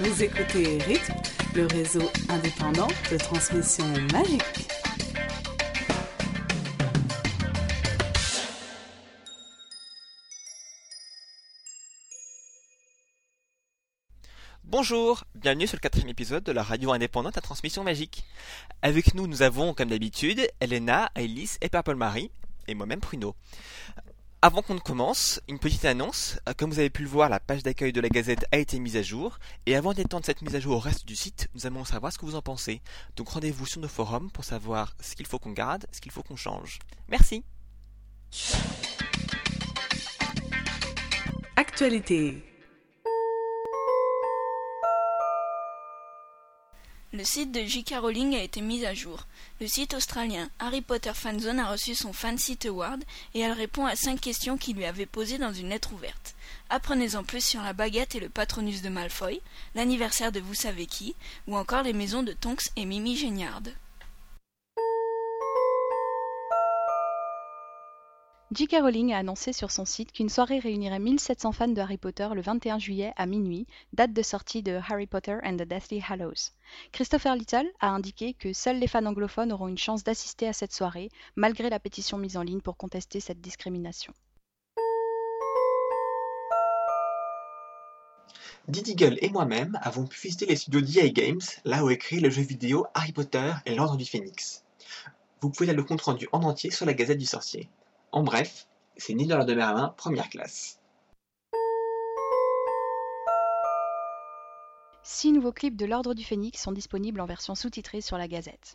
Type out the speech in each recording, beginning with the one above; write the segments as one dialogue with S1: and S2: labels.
S1: Vous écoutez Rythme, le réseau indépendant de transmission magique.
S2: Bonjour, bienvenue sur le quatrième épisode de la radio indépendante à transmission magique. Avec nous, nous avons, comme d'habitude, Elena, Alice et Purple Marie, et moi-même Pruno. Avant qu'on ne commence, une petite annonce. Euh, Comme vous avez pu le voir, la page d'accueil de la Gazette a été mise à jour, et avant d'étendre cette mise à jour au reste du site, nous aimons savoir ce que vous en pensez. Donc rendez-vous sur nos forums pour savoir ce qu'il faut qu'on garde, ce qu'il faut qu'on change. Merci
S1: Actualité.
S3: Le site de J.K. Rowling a été mis à jour. Le site australien Harry Potter Fanzone a reçu son Fan Site Award et elle répond à cinq questions qu'il lui avait posées dans une lettre ouverte. Apprenez-en plus sur la baguette et le patronus de Malfoy, l'anniversaire de vous savez qui, ou encore les maisons de Tonks et Mimi Géniard.
S4: J.K. Rowling a annoncé sur son site qu'une soirée réunirait 1700 fans de Harry Potter le 21 juillet à minuit, date de sortie de Harry Potter and the Deathly Hallows. Christopher Little a indiqué que seuls les fans anglophones auront une chance d'assister à cette soirée, malgré la pétition mise en ligne pour contester cette discrimination.
S2: Didi Gull et moi-même avons pu visiter les studios d'EA Games, là où est créé le jeu vidéo Harry Potter et l'Ordre du Phénix. Vous pouvez lire le compte-rendu en entier sur la Gazette du Sorcier. En bref, c'est Ni de Merlin, première classe.
S4: Six nouveaux clips de l'Ordre du Phénix sont disponibles en version sous-titrée sur la Gazette.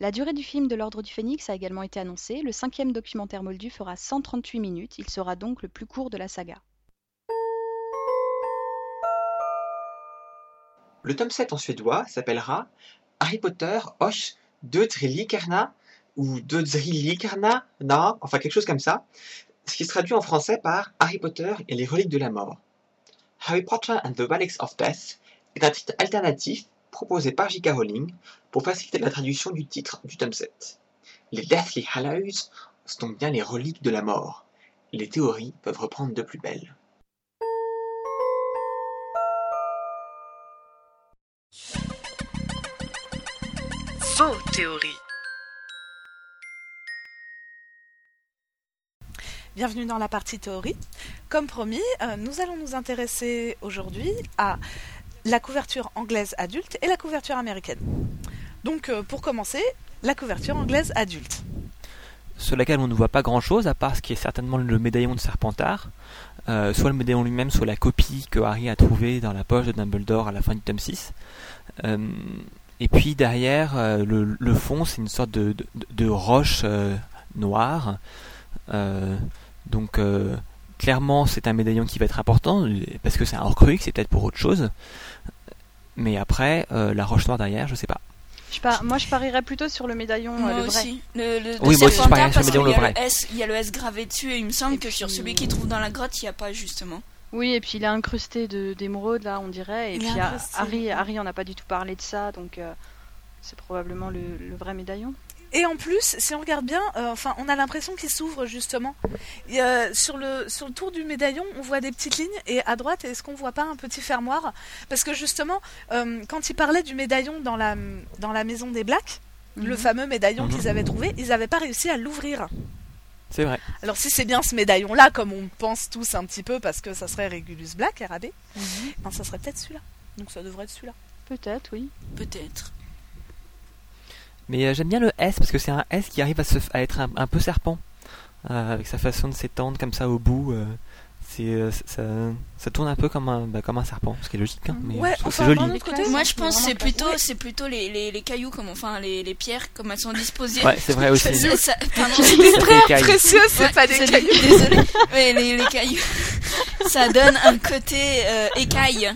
S4: La durée du film de l'Ordre du Phénix a également été annoncée. Le cinquième documentaire Moldu fera 138 minutes. Il sera donc le plus court de la saga.
S2: Le tome 7 en suédois s'appellera Harry Potter Hosh de Trilikerna ou de Drilikerna, na, enfin quelque chose comme ça, ce qui se traduit en français par Harry Potter et les reliques de la mort. Harry Potter and the Relics of Death est un titre alternatif proposé par J.K. Rowling pour faciliter la traduction du titre du tome 7. Les Deathly Hallows sont donc bien les reliques de la mort. Les théories peuvent reprendre de plus belle.
S1: Vos théories.
S5: Bienvenue dans la partie théorie. Comme promis, euh, nous allons nous intéresser aujourd'hui à la couverture anglaise adulte et la couverture américaine. Donc euh, pour commencer, la couverture anglaise adulte.
S2: sur laquelle on ne voit pas grand chose, à part ce qui est certainement le médaillon de Serpentard, Euh, soit le médaillon lui-même, soit la copie que Harry a trouvée dans la poche de Dumbledore à la fin du tome 6. Euh, et puis derrière, euh, le, le fond, c'est une sorte de, de- de roche euh, noire. Euh, donc euh, clairement, c'est un médaillon qui va être important, euh, parce que c'est un Horcrux, c'est peut-être pour autre chose. Mais après, euh, la roche noire derrière, je sais pas.
S4: Je par- Moi, je parierais plutôt sur le médaillon
S3: moi
S4: euh, le vrai.
S3: aussi. Le, le-
S2: Oui,
S3: de
S2: moi aussi, je
S3: Serpentard,
S2: pareil,
S3: parce
S2: j'aime bien
S3: qu'il y a
S2: le vrai.
S3: S- Il y a le S gravé dessus et il me semble
S4: Et
S3: que sur
S4: puis-
S3: celui qui trouve dans la grotte, il n'y a pas justement.
S4: Oui, et puis il est incrusté de- d'émeraude, là, on dirait. Et
S3: Il est
S4: puis ah,
S3: incrusté.
S4: Harry, Harry, on n'a pas du tout parlé de ça, donc euh, c'est probablement le, le vrai médaillon.
S5: Et en plus, si on regarde bien, euh, enfin, on a l'impression qu'il s'ouvre justement. Et, euh, sur, le, sur le tour du médaillon, on voit des petites lignes et à droite, est-ce qu'on voit pas un petit fermoir Parce que justement, euh, quand ils parlaient du médaillon dans la, dans la maison des Blacks, le
S4: Mhm.
S5: fameux médaillon
S2: Mhm.
S5: qu'ils avaient trouvé, ils n'avaient pas réussi à l'ouvrir.
S2: C'est vrai.
S5: Alors si c'est bien ce médaillon-là, comme on pense tous un petit peu, parce que ça serait Regulus Black, RAB, ben, ça serait peut-être celui-là. Donc ça devrait être celui-là.
S4: Peut-être, oui.
S3: Peut-être.
S2: Mais euh, j'aime bien le S parce que c'est un S qui arrive à, se, f- à être un, un peu serpent. Euh, avec sa façon de s'étendre comme ça au bout. euh, c'est, euh, c- ça, ça tourne un peu comme un, bah, comme un serpent, ce qui est logique. hein, mais
S5: Ouais,
S2: je trouve que
S5: enfin,
S2: c'est
S5: d'un
S2: joli.
S5: autre côté,
S3: Moi, je pense que
S4: vraiment
S3: c'est
S4: classe.
S3: plutôt, c'est plutôt les, les, les cailloux, comme enfin les, les pierres, comme elles sont disposées.
S2: Ouais, c'est vrai aussi.
S3: Ça- ça- pardon,
S2: Ça fait écaille.
S5: Précieux, c'est
S3: Ouais,
S5: pas des
S3: désolé,
S5: cailloux.
S3: Désolé, mais les, les cailloux, ça donne un côté euh, écaille,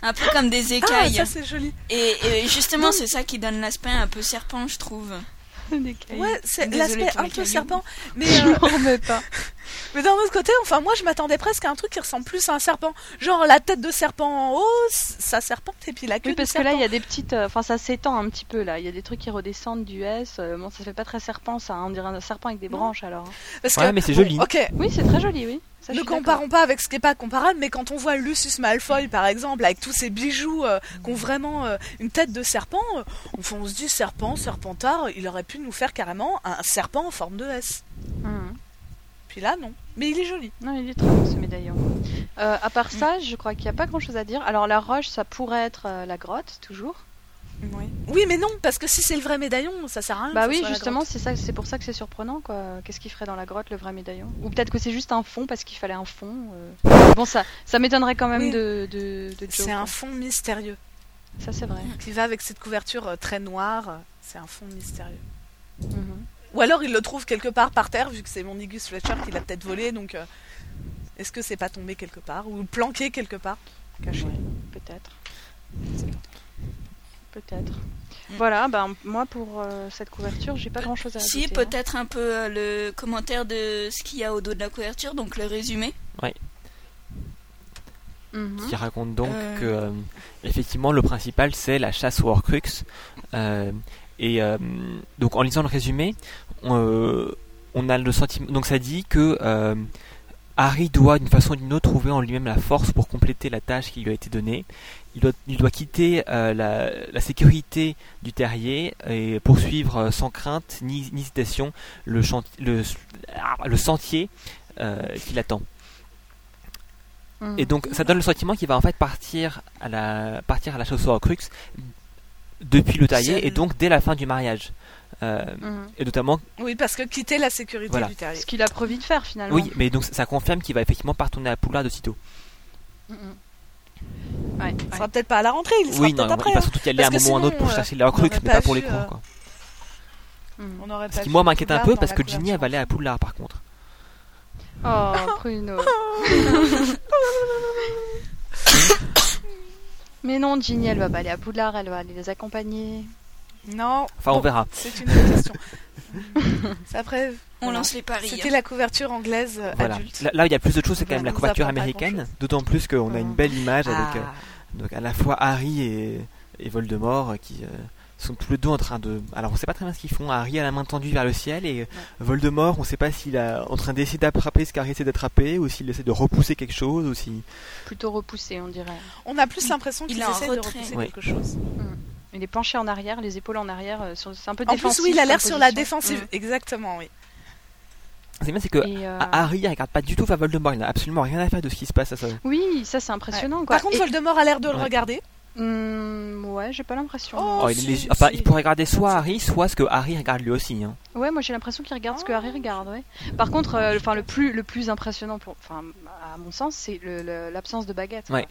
S3: un peu comme des
S5: Ah,
S3: écailles.
S5: ça c'est joli.
S3: et, et justement, c'est ça qui donne l'aspect un peu serpent, je trouve.
S4: Des cailloux.
S5: Ouais, c'est
S3: Désolée
S5: l'aspect
S3: pour les
S5: un peu
S3: cailloux.
S5: serpent. Mais,
S4: Je
S5: euh,
S4: m'en remets pas.
S5: mais d'un autre côté, enfin, moi, je m'attendais presque à un truc qui ressemble plus à un serpent. Genre la tête de serpent en haut, ça serpente, et puis la queue
S4: Oui, parce
S5: de
S4: que là,
S5: serpent.
S4: il y a des petites. euh, Enfin, ça s'étend un petit peu, là. Il y a des trucs qui redescendent du S. euh, bon, ça fait pas très serpent, ça. hein, On dirait un serpent avec des
S5: Non.
S4: branches, alors.
S5: Parce
S2: Ouais,
S5: que-
S2: mais c'est joli.
S5: Ok,
S4: Oui, c'est très joli, oui. Ça, je
S5: ne
S4: suis d'accord.
S5: comparons pas avec ce qui n'est pas comparable, mais quand on voit Lucius Malfoy, par exemple, avec tous ces bijoux euh, qui ont vraiment euh, une tête de serpent, euh, on, on se dit serpent, serpentard, il aurait pu nous faire carrément un serpent en forme de S.
S4: Mhm.
S5: Puis là, non. Mais il est joli.
S4: Non, il est trop beau ce médaillon. Euh, à part ça, je crois qu'il n'y a pas grand chose à dire. Alors, la roche, ça pourrait être euh, la grotte, toujours.
S5: Oui. mais non, parce que si c'est le vrai médaillon, ça sert à rien. Hein, que
S4: Bah
S5: ça
S4: oui,
S5: soit la
S4: justement,
S5: grotte.
S4: c'est ça, c'est pour ça que c'est surprenant, quoi. Qu'est-ce qu'il ferait dans la grotte, le vrai médaillon Ou peut-être que c'est juste un fond parce qu'il fallait un fond. euh. Bon, ça, ça m'étonnerait quand même
S5: Oui.
S4: de, de, de Joe,
S5: C'est un
S4: quoi.
S5: fond mystérieux
S4: Ça, c'est vrai.
S5: qui va avec cette couverture euh, très noire. euh, C'est un fond mystérieux. Mm.
S4: Mhm.
S5: Ou alors il le trouve quelque part par terre, vu que c'est Mondigus Fletcher qui l'a peut-être volé, donc euh, est-ce que c'est pas tombé quelque part Ou planqué quelque part Caché.
S4: Peut-être. Peut-être.
S5: Mm.
S4: Voilà, bah, moi, pour euh, cette couverture, j'ai pas
S3: Pe-
S4: grand-chose à dire.
S5: hein.
S3: Si, peut-être un peu euh, le commentaire de ce qu'il y a au dos de la couverture, donc le résumé.
S4: hein. Mhm.
S2: qui raconte donc
S3: Euh.
S2: que euh, effectivement le principal c'est la chasse au Horcrux. Euh, et euh, donc en lisant le résumé, on, euh, on a le sentiment. Donc ça dit que euh, Harry doit d'une façon ou d'une autre trouver en lui-même la force pour compléter la tâche qui lui a été donnée. Il doit, il doit quitter euh, la, la sécurité du terrier et poursuivre euh, sans crainte ni, ni hésitation le, chanti- le, ah, le sentier euh, qui l'attend. Et donc, ça donne le sentiment qu'il va en fait partir à la, partir à la chaussure au Crux depuis le
S5: Seul.
S2: taillé et donc dès la fin du mariage. Euh, et notamment,
S5: Oui, parce que quitter la sécurité
S2: Voilà.
S5: du terrier.
S4: Mhm. Ce qu'il a trop vite faire, finalement.
S2: oui, mais donc ça confirme qu'il va effectivement pas retourner à Poudlard de sitôt.
S4: Mhm. Ouais, ouais.
S5: Il sera peut-être pas à la rentrée, il sera
S2: Oui, non,
S5: peut-être après. hein.
S2: il va surtout y aller à un
S5: Parce que
S2: moment ou à un autre pour
S5: sinon, euh,
S2: chercher les
S5: on
S2: Horcruxes,
S5: aurait
S2: mais
S5: pas
S2: pas pour les
S5: vu,
S2: cours.
S5: euh,
S2: Quoi.
S4: Mhm.
S5: hein. On aurait
S2: Ce
S5: pas
S2: qui,
S5: vu
S2: moi, m'inquiète un
S5: Poudlard
S2: peu
S5: dans
S2: parce
S5: la
S2: que Ginny, elle va aller à Poudlard par contre.
S4: Oh, Bruno.
S5: Oh.
S4: Mais non, Ginny, elle va pas aller à Poudlard, elle va aller les accompagner.
S5: couverture. Non,
S2: Enfin, on
S5: Bon,
S2: verra.
S5: c'est une autre question. C'est après,
S3: On
S5: voilà.
S3: lance les paris.
S5: C'était
S3: hein.
S5: la couverture anglaise euh,
S2: Voilà.
S5: adulte.
S2: Là, là, il y a plus de choses, c'est quand
S5: Voilà,
S2: même la
S5: nous
S2: couverture
S5: apprend pas
S2: américaine.
S5: grand-chose.
S2: D'autant plus qu'on a une
S4: Mhm.
S2: belle image avec euh,
S5: Ah.
S2: donc à la fois Harry et, et Voldemort euh, qui euh, sont tous les deux en train de. Alors on sait pas très bien ce qu'ils font. Harry a la main tendue vers le ciel et euh, Voldemort, on sait pas s'il est en train d'essayer d'attraper ce qu'Harry essaie d'attraper ou s'il essaie de repousser quelque chose ou si.
S4: Plutôt repoussé, on dirait.
S5: On a plus l'impression
S3: Il
S5: qu'il
S3: est en
S5: essaie de
S3: retrait.
S5: repousser
S2: Oui.
S5: quelque chose.
S4: Il est penché en arrière, les épaules en arrière, euh, sur- c'est un peu
S5: En
S4: défensif.
S5: plus, oui, il a l'air
S4: comme
S5: sur la
S4: position.
S5: défensive. Exactement, oui.
S2: C'est bien, c'est que
S4: Mm. Et,
S5: Ah,
S4: euh,
S2: Ha- Harry il regarde pas du tout vers Voldemort. Il n'a absolument rien à faire de ce qui se passe à ça.
S4: Oui, ça c'est impressionnant quoi.
S5: Par contre,
S4: Et-
S5: Voldemort a l'air de le
S2: Ouais.
S5: regarder.
S4: Hmm, ouais, j'ai pas l'impression.
S5: Oh,
S2: Oh, il,
S5: si,
S2: les- enfin,
S5: si.
S2: il pourrait regarder soit Harry, soit ce que Harry regarde lui aussi. hein.
S4: Ouais, moi j'ai l'impression qu'il regarde
S5: Ah,
S4: ce que Harry regarde. Ouais. Par contre, euh, enfin le plus le plus impressionnant, pour, enfin à mon sens, c'est le- le- l'absence de baguette. quoi.
S2: Ouais.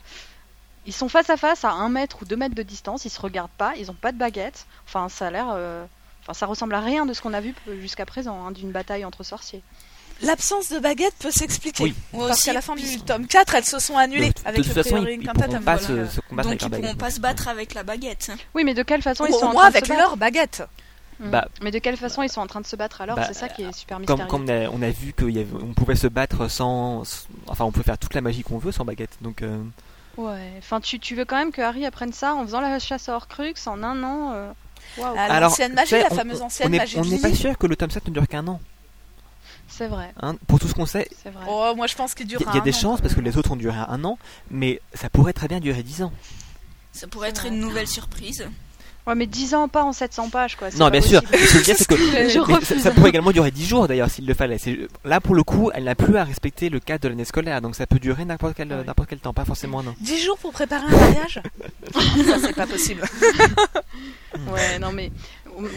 S4: Ils sont face à face à un mètre ou deux mètres de distance, ils se regardent pas, ils ont pas de baguette. Enfin, ça a l'air, euh, enfin ça ressemble à rien de ce qu'on a vu euh, jusqu'à présent hein, d'une bataille entre sorciers.
S5: L'absence de baguette peut s'expliquer.
S2: Oui.
S3: Moi
S5: Parce
S3: aussi,
S5: qu'à la fin du
S3: puis-
S5: tome 4, elles se sont annulées
S2: de,
S5: avec
S2: de toute
S5: le
S2: façon,
S5: Priori
S2: ils, ils
S5: Incantatum,
S2: pourront pas
S5: voilà.
S2: se, se combattre
S3: Donc ils
S2: avec leur
S3: pourront
S2: baguette.
S3: pas se battre avec la baguette.
S4: Oui, mais de quelle façon
S5: Ou
S4: ils sont
S5: au
S4: en
S5: moins
S4: train de
S5: avec
S4: se battre
S5: leur baguette.
S4: Hmm.
S2: Bah,
S4: Mais de quelle façon ils sont en train de se battre alors
S2: bah,
S4: C'est ça qui est super mystérieux.
S2: Comme, comme on, a, on a vu qu'on pouvait se battre sans, s- enfin on peut faire toute la magie qu'on veut sans baguette. Donc euh,
S4: Ouais. Enfin, tu, tu veux quand même que Harry apprenne ça en faisant la chasse à Horcrux en un an. euh, Waouh.
S5: Ah,
S2: Alors,
S5: L'ancienne
S2: tu
S5: magie,
S2: sais,
S5: la
S2: on-
S5: fameuse
S2: on-
S5: ancienne
S2: on est-
S5: magie.
S2: On
S5: de
S2: n'est pas
S5: Lily.
S2: sûr que le tome 7 ne dure qu'un an.
S4: C'est vrai.
S2: hein. Pour tout ce qu'on sait,
S4: C'est vrai.
S5: Oh, moi je pense qu'il
S2: il
S5: dure
S2: y, a des chances parce que les autres ont duré un an, mais ça pourrait très bien durer 10 ans.
S3: Ça pourrait être
S4: vrai.
S3: une nouvelle surprise.
S4: Ouais, mais 10 10 ans, pas en 700 pages, quoi. c'est
S2: Non,
S4: pas
S2: bien sûr.
S4: possible.
S2: Ce que je veux dire, c'est que
S4: Je
S2: mais ça-
S4: refuse. hein.
S2: ça, pourrait également durer 10 jours d'ailleurs s'il le fallait. C'est- Là pour le coup, elle n'a plus à respecter le cadre de l'année scolaire, donc ça peut durer n'importe quel,
S4: Ah oui.
S2: n'importe quel temps, pas forcément un an.
S5: 10 jours pour préparer un mariage Ça, c'est pas possible.
S4: Ouais, non, mais.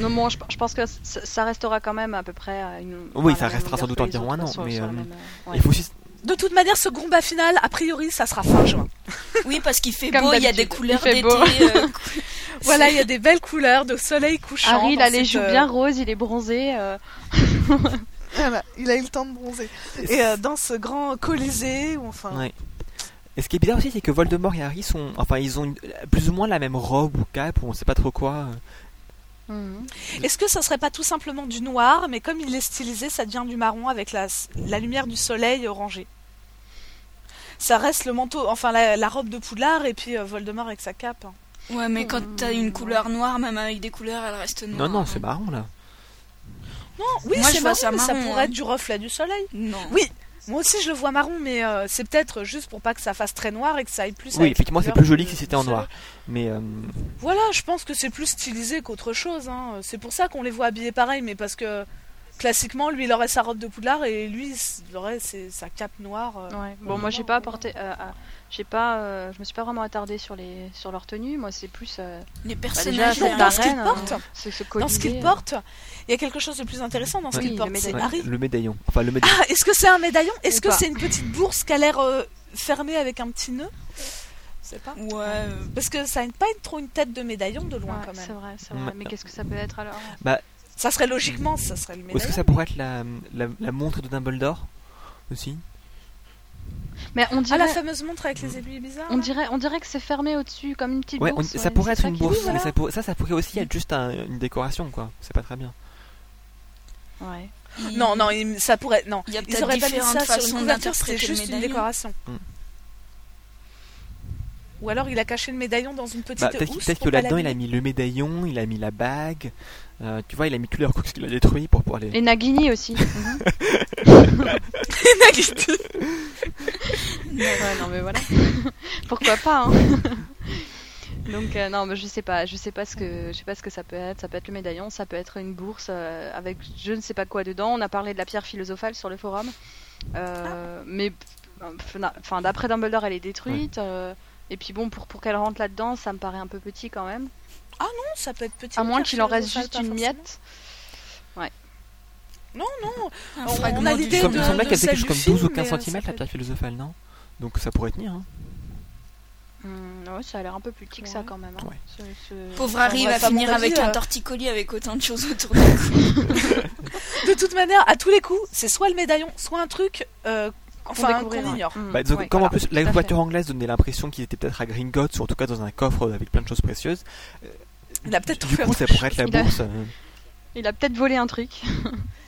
S4: Non, bon, je, je pense que ça, ça restera quand même à peu près. à Une...
S2: Oui,
S4: enfin,
S2: ça
S4: la même
S2: restera sans
S4: longueur
S2: doute
S4: que les
S2: environ un
S4: autres,
S2: an,
S4: sur-
S2: mais,
S4: sur la
S2: euh,
S4: même, euh, ouais.
S2: Il faut aussi-
S5: De toute manière, ce combat final, a priori, ça sera fin juin.
S3: Oui, parce qu'il fait
S4: Comme
S3: beau, il y a
S4: d'habitude,
S3: des
S4: il
S3: couleurs
S4: fait
S3: d'été.
S4: beau.
S3: euh, cou-
S5: Voilà, il y a des belles couleurs de soleil couchant.
S4: Harry, il a
S5: dans
S4: les
S5: cette,
S4: joues
S5: euh,
S4: bien roses, il est bronzé. euh,
S5: Voilà, il a eu le temps de bronzer. Et euh, dans ce grand colisée, ou enfin.
S2: Ouais. Et ce qui est bizarre aussi, c'est que Voldemort et Harry sont, enfin, ils ont une- plus ou moins la même robe ou cape ou on sait pas trop quoi.
S4: mhm.
S5: Est-ce que ça serait pas tout simplement du noir, mais comme il est stylisé, ça devient du marron avec la, la lumière du soleil orangé Ça reste le manteau, enfin la, la robe de Poudlard et puis euh, Voldemort avec sa cape. hein.
S3: Ouais, mais quand t'as une couleur noire, même avec des couleurs, elle reste
S2: Non,
S3: noire.
S2: non, c'est marrant là.
S5: Non, oui,
S3: Moi, je
S5: c'est
S3: vois
S5: marron,
S3: ça
S5: mais ça
S3: marron,
S5: pourrait
S3: hein.
S5: être du reflet du soleil.
S3: Non.
S5: Oui, Moi aussi, je le vois marron, mais euh, c'est peut-être juste pour pas que ça fasse très noir et que ça aille plus.
S2: Oui,
S5: avec les
S2: effectivement, c'est
S5: couleurs
S2: plus joli
S5: de-
S2: que si
S5: du
S2: c'était en
S5: soleil.
S2: noir. Mais euh,
S5: Voilà, je pense que c'est plus stylisé qu'autre chose. hein. C'est pour ça qu'on les voit habillés pareil, mais parce que classiquement, lui, il aurait sa robe de poudlard et lui, il aurait ses- sa cape noire. euh.
S4: Ouais. Bon, moi j'ai pas apporté, euh, à- j'ai pas, euh, je me suis pas vraiment attardée sur les sur leur tenue. Moi c'est plus euh,
S3: Les
S4: bah, déjà
S3: personnages,
S5: dans-
S4: la
S5: dans ce qu'ils
S4: reine,
S5: portent.
S4: euh, ce, ce
S5: Dans ce
S4: collier,
S5: qu'il
S4: euh,
S5: porte, il y a quelque chose de plus intéressant dans ce
S4: Oui,
S5: qu'il
S4: le
S5: porte. C'est
S4: médaillon.
S5: Harry.
S2: le médaillon. Enfin, le médaillon.
S5: Ah, est-ce que c'est un médaillon
S4: Ou
S5: Est-ce que
S4: pas.
S5: c'est une petite bourse qui a l'air euh, fermée avec un petit nœud Je sais pas.
S3: Ouais, euh,
S5: Parce que ça n'a pas une- trop une tête de médaillon de loin
S4: euh, ouais,
S5: quand
S4: c'est
S5: même.
S4: vrai, c'est vrai.
S2: Mm.
S4: Mais qu'est-ce que ça peut être alors
S5: Ça serait logiquement, ça serait le
S2: Ou Est-ce
S5: médaillon.
S2: que ça pourrait être la, la, la montre de Dumbledore aussi
S4: Mais on
S5: Ah,
S4: dirait,
S5: la fameuse montre avec les aiguilles bizarres
S4: on
S5: là.
S4: dirait, on dirait que c'est fermé au-dessus comme une petite
S2: Ouais, on-
S4: bourse.
S2: ça pourrait
S4: c'est
S2: être
S4: ça
S2: une
S4: qui-
S2: bourse,
S5: Oui, voilà.
S2: mais ça, pour- ça, ça pourrait aussi être juste un- une décoration, quoi. C'est pas très bien.
S4: Ouais.
S3: il-
S5: Non, non, il- ça pourrait. Non,
S3: Il y a
S5: ils
S3: peut-être
S5: auraient pas mis
S3: différentes
S5: ça sur une
S3: façons
S5: couverture, c'est
S3: d'interpréter le
S5: juste une
S3: médaillon.
S5: décoration.
S2: Hmm.
S5: Ou alors il a caché le médaillon dans une petite
S2: Bah, peut-être
S5: housse
S2: peut-être
S5: pour
S2: que
S5: pas
S2: là-dedans, il a
S5: l'abîmer.
S2: mis le médaillon, il a mis la bague. euh, tu vois, il a mis tous les recos qu'il a détruits pour pouvoir les.
S4: Et Nagini aussi. Mhm. Ouais, non mais voilà. Pourquoi pas hein. Donc euh, non, mais je sais pas, je sais pas ce que je sais pas ce que ça peut être. Ça peut être le médaillon, ça peut être une bourse euh, avec je ne sais pas quoi dedans. On a parlé de la pierre philosophale sur le forum,
S5: Ah.
S4: Euh, mais pff, na- enfin d'après Dumbledore, elle est détruite. euh, et puis bon, pour pour qu'elle rentre là-dedans, ça me paraît un peu petit quand même.
S5: Non, ça peut être petit.
S4: À moins
S5: pierre
S4: qu'il en reste
S5: philosophale,
S4: juste
S5: pas
S4: une
S5: forcément.
S4: miette.
S3: Un
S5: On- on a
S3: fragment du
S5: l'idée
S2: Il
S5: de-
S2: me semble- il
S3: journal.
S2: me
S5: de
S2: semblait qu'il y a quelque
S5: celle
S2: chose
S5: du
S2: comme
S5: film,
S2: 12 ou 15
S5: mais, euh,
S2: cm
S5: ça
S2: la
S5: peut
S2: pierre philosophale, non Donc ça pourrait tenir, hein.
S4: Hum, ouais, ça a l'air un peu plus petit que ça
S5: Ouais.
S4: quand même. hein.
S2: Ouais.
S4: Ce- ce-
S3: Pauvre
S5: on
S3: Harry
S5: va
S3: va
S5: pas
S3: finir
S5: mon
S3: avec
S5: avis,
S3: un
S5: euh.
S3: torticolis avec autant de choses autour de lui.
S5: De toute manière, à tous les coups, c'est soit le médaillon, soit un truc euh, enfin,
S4: découvrir,
S5: qu'on
S4: hein.
S5: ignore.
S4: Hum,
S2: Bah, disons que
S4: ouais,
S2: comme
S4: voilà,
S2: en plus
S4: tout à
S2: la
S4: fait.
S2: voiture anglaise donnait l'impression qu'il était peut-être à Gringotts ou en tout cas dans un coffre avec plein de choses précieuses. euh,
S5: Il a peut-être
S2: du
S5: trouvé
S2: coup,
S5: un
S2: ça
S5: truc.
S2: pourrait être la
S4: Il a-
S2: bourse. euh,
S4: Il a peut-être volé un truc.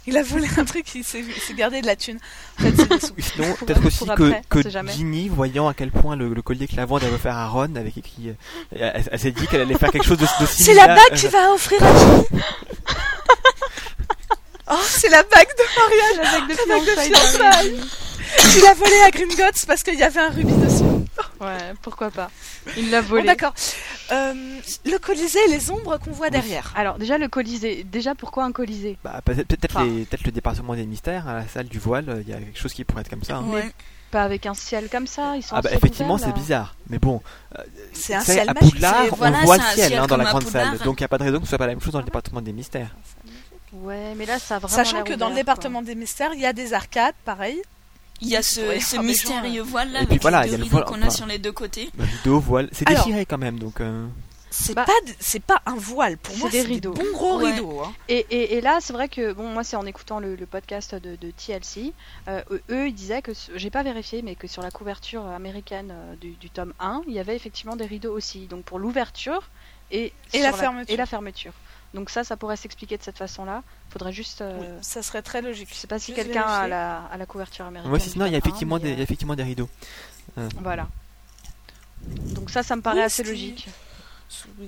S5: Il a volé un truc, il s'est il s'est gardé de la thune. En fait, c'est des sous.
S2: Ou sinon,
S4: Pour-
S2: peut-être
S4: pour
S2: aussi
S4: après, on
S2: que,
S4: sait
S2: que
S4: jamais.
S2: Ginny, voyant à quel point le, le collier que la vente avait faire à Ron, avec écrit, euh, elle, elle s'est dit qu'elle allait faire quelque chose de, de
S5: C'est
S2: similaire. Euh,
S5: la bague qu'il va offrir à Ginny Oh, c'est la bague de mariage
S4: La bague de
S5: bague de
S4: fiançailles.
S5: fiançailles. qu'il a volée à Gringotts parce qu'il y avait un rubis dessus.
S4: Ouais, pourquoi pas. Il l'a
S5: Bon,
S4: volé.
S5: Oh, d'accord. Euh, le Colisée et les ombres qu'on voit derrière.
S4: Alors déjà le colisée. Déjà pourquoi un colisée
S2: Bah, peut-être peut-être
S4: Enfin.
S2: les- peut-être le département des mystères, à la salle du voile, euh, il y a quelque chose qui pourrait être comme ça. hein.
S3: Ouais.
S4: Pas avec un ciel comme ça. Ils sont
S2: Ah
S4: en
S2: bah
S4: ciel
S2: effectivement
S4: ouvert,
S2: c'est
S4: là.
S2: bizarre, mais bon,
S5: C'est un
S2: tu sais,
S5: ciel
S2: à
S5: magique.
S2: Poudlard
S5: c'est- voilà.
S2: on
S3: voilà,
S2: voit le
S3: c'est un
S2: ciel
S3: ciel
S2: hein, dans la
S3: comme à
S2: grande salle,
S3: Poudlard.
S2: donc il n'y a pas de raison que ce soit pas la même chose dans le département des mystères.
S4: Ouais, mais là ça a vraiment.
S5: Sachant
S4: l'air
S5: que dans le
S4: ouvert,
S5: département des mystères, il y a des arcades, pareil.
S3: Il y a
S5: Ouais,
S3: ce,
S5: ah,
S3: ce
S5: mais genre,
S3: mystérieux voile là
S2: Et puis
S3: avec
S2: voilà,
S3: les
S2: il y a
S3: deux
S2: le
S3: rideaux
S2: voile,
S3: qu'on a
S2: enfin.
S3: sur les deux côtés.
S2: Bah, rideau, voile, c'est
S5: Alors.
S2: déchiré quand même, donc euh,
S5: C'est
S4: Bah,
S5: pas, de- c'est pas un voile pour
S4: c'est
S5: moi.
S4: des
S5: C'est des
S4: rideaux.
S5: bons gros
S3: Ouais.
S5: rideaux. hein.
S4: quoi. Et, et, et là c'est vrai que bon moi c'est en écoutant le, le podcast de, de TLC, euh, eux ils disaient que ce- j'ai pas vérifié mais que sur la couverture américaine euh, du, du tome 1 il y avait effectivement des rideaux aussi donc pour l'ouverture et
S5: Et
S4: sur
S5: la fermeture.
S4: et la fermeture. Donc ça ça pourrait s'expliquer de cette façon là. Faudrait juste. euh,
S5: Oui, ça serait très logique.
S4: Je sais pas si
S5: Juste
S4: quelqu'un a
S5: vérifier.
S4: la, a la couverture américaine.
S2: ouais, sinon il y a
S4: du tome un,
S2: effectivement
S4: mais,
S2: des, il y a
S4: euh,
S2: effectivement des rideaux.
S4: Voilà. Donc ça, ça me paraît
S5: Oui,
S4: assez
S5: ce qui-
S4: logique.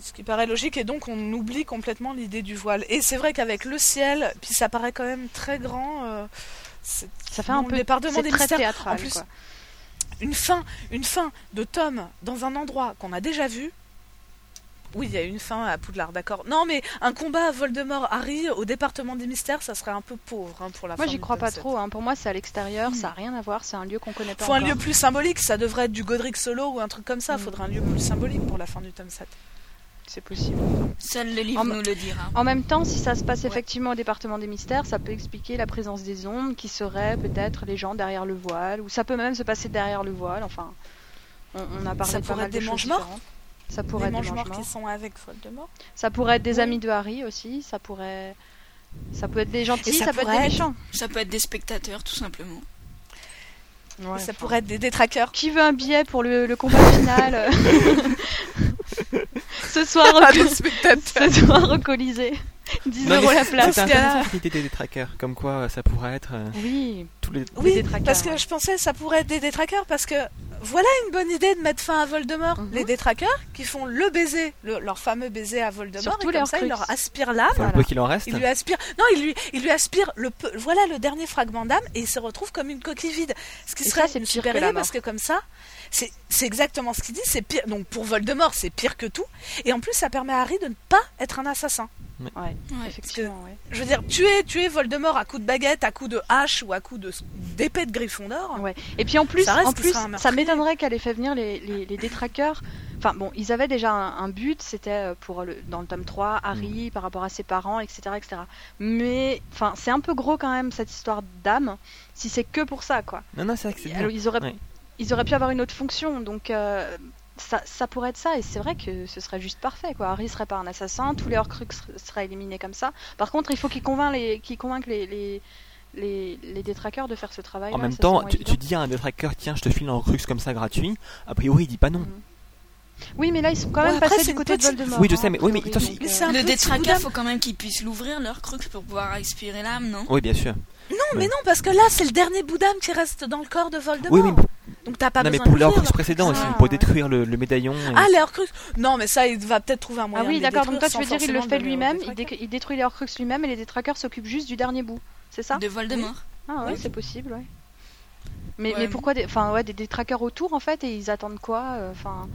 S5: Ce qui paraît logique, et donc on oublie complètement l'idée du voile. Et c'est vrai qu'avec le ciel, puis ça paraît quand même très grand. euh, c'est
S4: Ça fait un
S5: Non,
S4: peu.
S5: le département
S4: c'est
S5: des
S4: très
S5: mystères,
S4: théâtral.
S5: en plus.
S4: quoi.
S5: une fin, une fin de Tom dans un endroit qu'on a déjà vu. Oui, il y a une fin à Poudlard, d'accord. Non, mais un combat à Voldemort Harry au département des mystères, ça serait un peu pauvre hein, pour la
S4: Moi,
S5: fin
S4: j'y
S5: du
S4: crois
S5: tome
S4: pas
S5: sept.
S4: trop. hein. Pour moi, c'est à l'extérieur, ça a rien à voir. C'est un lieu qu'on connaît pas.
S5: Faut un
S4: encore.
S5: lieu plus symbolique, ça devrait être du Godric Solo ou un truc comme ça.
S4: Mm.
S5: Faudrait un lieu plus symbolique pour la fin du tome 7.
S4: C'est possible.
S3: Seul le
S5: Ah,
S3: livre
S4: En-
S3: nous le dira.
S4: En même temps, si ça se passe
S3: Ouais.
S4: effectivement au département des mystères, ça peut expliquer la présence des ondes qui seraient peut-être les gens derrière le voile, ou ça peut même se passer derrière le voile. Enfin, on, on a parlé
S5: Ça
S4: de pas
S5: pourrait
S4: mal
S5: être
S4: de
S5: des
S4: choses
S5: mange-morts
S4: différentes. Ça
S5: Pour
S4: pourrait
S5: les
S4: être des
S5: mange
S4: mange-morts.
S5: qui sont avec Voldemort.
S4: Ça pourrait être des
S5: Oui.
S4: amis de Harry aussi. Ça pourrait, ça peut être des gentils,
S5: Et ça
S4: ça, peut être des
S5: pourrait être-
S4: méchants.
S3: Ça peut être des spectateurs, tout simplement.
S4: Ouais,
S5: ça
S4: enfin.
S5: pourrait être des détraqueurs.
S4: Qui veut un billet pour le, le combat final euh Ce soir,
S5: Pas
S4: au
S5: des
S4: Col-
S5: spectateurs.
S4: ce soir au Colisée. 10
S2: Non, mais euh,
S4: euros la place.
S2: C'était
S5: parce que-
S2: intéressant cette idée des trackers, comme quoi euh, ça pourrait être euh,
S4: Oui,
S2: tous les
S5: Oui,
S4: détraqueurs,
S5: parce que
S4: ouais.
S5: je pensais que ça pourrait être des détraqueurs parce que Voilà une bonne idée de mettre fin à Voldemort.
S4: Mhm.
S5: Les détraqueurs qui font le baiser, le- leur fameux baiser à Voldemort,
S4: Surtout
S5: et
S4: les
S5: comme ça, ils
S4: Horcruxes.
S5: leur aspirent l'âme.
S2: Enfin, le peu qu'il en reste.
S5: Il lui aspire, non, il lui, il lui aspire le, peu- voilà le dernier fragment d'âme et il se retrouve comme une coquille vide. Ce qui
S4: Et
S5: serait
S4: ça, c'est
S5: une
S4: pire
S5: super
S4: que la
S5: idée
S4: mort.
S5: parce que comme ça, c'est c'est exactement ce qu'il dit. C'est pire. Donc pour Voldemort, c'est pire que tout. Et en plus, ça permet à Harry de ne pas être un assassin.
S4: Ouais,
S3: Ouais.
S4: effectivement, ouais.
S5: Je veux dire, tuer, tuer Voldemort à coups de baguette, à coups de hache ou à coups de d'épée de Gryffondor.
S4: Ouais. Et puis en plus,
S5: Ça reste
S4: en
S5: qu'il
S4: plus
S5: sera un
S4: ça
S5: meurtrier.
S4: m'étonnerait qu'elle ait fait venir les, les- les détraqueurs. Enfin bon, ils avaient déjà un, un but, c'était euh, pour le, dans le tome 3, Harry par rapport à ses parents, etc. etc. Mais enfin, c'est un peu gros quand même cette histoire d'âme, si c'est que pour ça, quoi.
S2: Non, non, c'est vrai que c'est bien.
S4: Alors, ils, auraient,
S2: Ouais.
S4: ils auraient pu avoir une autre fonction, donc euh, ça, ça pourrait être ça, et c'est vrai que ce serait juste parfait. Quoi. Harry serait pas un assassin, tous les Horcrux ser- seraient éliminés comme ça. Par contre, il faut qu'ils convainquent les, qu'ils convainquent les, les, les, les détraqueurs de faire ce travail.
S2: En
S5: ah,
S2: même temps, tu, tu dis à un détraqueur, tiens, je te file un crux comme ça gratuit. A priori, il dit pas non.
S4: Oui, mais là, ils sont quand
S5: Ouais,
S4: même
S5: après,
S4: passés
S5: c'est
S4: du
S5: une
S4: côté
S5: petite-
S4: de Voldemort.
S2: Oui, je sais,
S4: hein,
S2: mais-
S4: a
S2: oui, mais
S4: priori,
S2: attends, si-
S4: donc,
S5: Mais
S4: euh,
S5: c'est un
S3: Le
S5: peu
S3: détraqueur,
S5: Sous-Boudin.
S3: faut quand même qu'ils puissent l'ouvrir leur crux pour pouvoir expirer l'âme, non
S2: Oui, bien sûr.
S5: Non, mais non, parce que là, c'est le dernier bout d'âme qui reste dans le corps de Voldemort.
S2: Oui, oui, mais-
S5: Donc t'as pas
S2: non, mais
S5: besoin
S2: pour
S5: de
S2: leur
S5: l'ouvrir.
S2: crux précédent aussi,
S4: Ah,
S2: pour
S4: ouais.
S2: détruire le, le médaillon. et-
S5: Ah, les Horcruxes. Non, mais ça, il va peut-être trouver un
S4: Ah
S5: moyen.
S4: oui,
S5: de les
S4: d'accord, donc
S5: détruire
S4: toi, tu veux
S5: sans
S4: dire, il le
S5: forcément
S4: fait
S5: de-
S4: lui-même, il,
S5: détraquer.
S4: déc- il détruit les Horcrux lui-même, et les détraqueurs s'occupent juste du dernier bout, c'est ça
S3: De Voldemort.
S4: Ah ouais,
S5: Oui.
S4: c'est possible, ouais. Mais,
S3: Ouais,
S4: mais
S3: mais-
S4: pourquoi des, enfin ouais, des, des trackers autour en fait et ils attendent quoi euh, Enfin,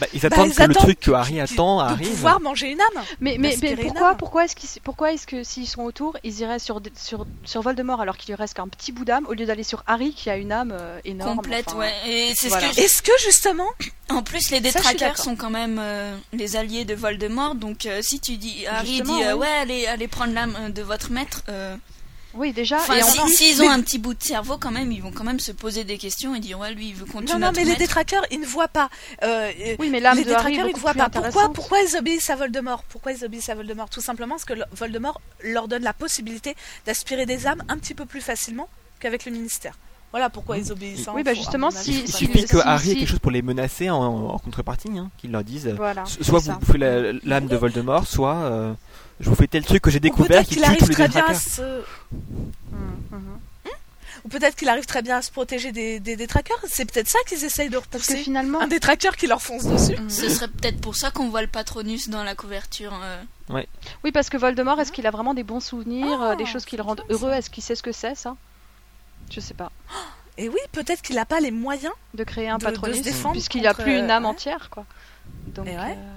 S2: Bah, ils attendent
S5: ils
S2: que le
S5: attendent
S2: truc que Harry attend
S5: de
S2: arrive.
S5: pouvoir manger une âme.
S4: mais mais, mais
S5: Aspirer une
S4: pourquoi
S5: âme.
S4: pourquoi est-ce qu'ils pourquoi est-ce que s'ils sont autour ils iraient sur des- sur sur Voldemort alors qu'il lui reste qu'un petit bout d'âme au lieu d'aller sur Harry qui a une âme euh, énorme
S3: Complète,
S4: enfin.
S3: ouais. Et c'est
S4: voilà.
S3: ce que
S5: Est-ce que justement,
S3: En plus, les
S5: suis
S3: détraqueurs
S5: d'accord.
S3: sont quand même euh, les alliés de Voldemort, donc euh, si tu dis Harry
S4: Justement,
S3: dit euh,
S4: oui.
S3: ouais allez allez prendre l'âme euh, de votre maître, euh,
S4: Oui
S5: Ah,
S4: déjà.
S3: enfin
S4: et en
S3: si-
S4: plus-
S3: s'ils
S5: mais-
S3: ont un petit bout de cerveau quand même, ils vont quand même se poser des questions et dire ouais lui il veut continuer
S5: non, non,
S3: notre
S5: mais les
S3: maître.
S5: détraqueurs, ils ne voient pas. Euh, et-
S4: oui mais l'âme
S5: les
S4: de Harry est
S5: détraqueurs, ils ne
S4: beaucoup
S5: voient
S4: plus
S5: pas. Pourquoi,
S4: intéressante.
S5: pourquoi ils obéissent à Voldemort Pourquoi ils obéissent à Voldemort Tout simplement parce que le- Voldemort leur donne la possibilité d'aspirer des âmes un petit peu plus facilement qu'avec le ministère. Voilà pourquoi ils obéissent. hein,
S4: Oui, bah,
S5: faut- à
S4: justement,
S5: mon avis,
S4: si-
S5: faut
S2: Il
S5: pas
S4: si-
S5: le-
S2: suffit que
S4: si-
S2: Harry ait
S4: si-
S2: quelque chose pour les menacer en, en contrepartie, hein, qu'ils leur disent euh,
S4: Voilà.
S2: so- soit
S4: c'est
S2: vous
S4: ça.
S2: me faites la- l'âme de Voldemort, soit euh, je vous fais tel truc que j'ai
S5: Ou
S2: découvert
S5: peut-être
S2: qui
S5: qu'il
S2: tue tous
S5: arrive
S2: les
S5: très bien à
S2: détraqueurs.
S5: se...
S4: Mhm, mhm.
S5: Ou peut-être qu'il arrive très bien à se protéger des, des détraqueurs. C'est peut-être ça qu'ils essayent de
S4: Parce que
S5: repousser.
S4: finalement.
S5: Un détraqueur qui leur fonce dessus.
S4: Mhm.
S3: Ce serait peut-être pour ça qu'on voit le patronus dans la couverture. euh.
S4: Oui, parce que Voldemort, est-ce qu'il a vraiment des bons souvenirs,
S5: Ah,
S4: euh, des choses qui le rendent
S5: bien, ça.
S4: heureux Est-ce qu'il sait ce que c'est, ça Je sais pas.
S5: Et oui, peut-être qu'il n'a pas les moyens.
S4: De créer un
S5: De- de se
S4: patronus,
S5: défendre
S4: puisqu'il a
S5: contre,
S4: plus une âme
S5: euh, ouais.
S4: entière, quoi. Donc,
S5: Et ouais.
S4: euh,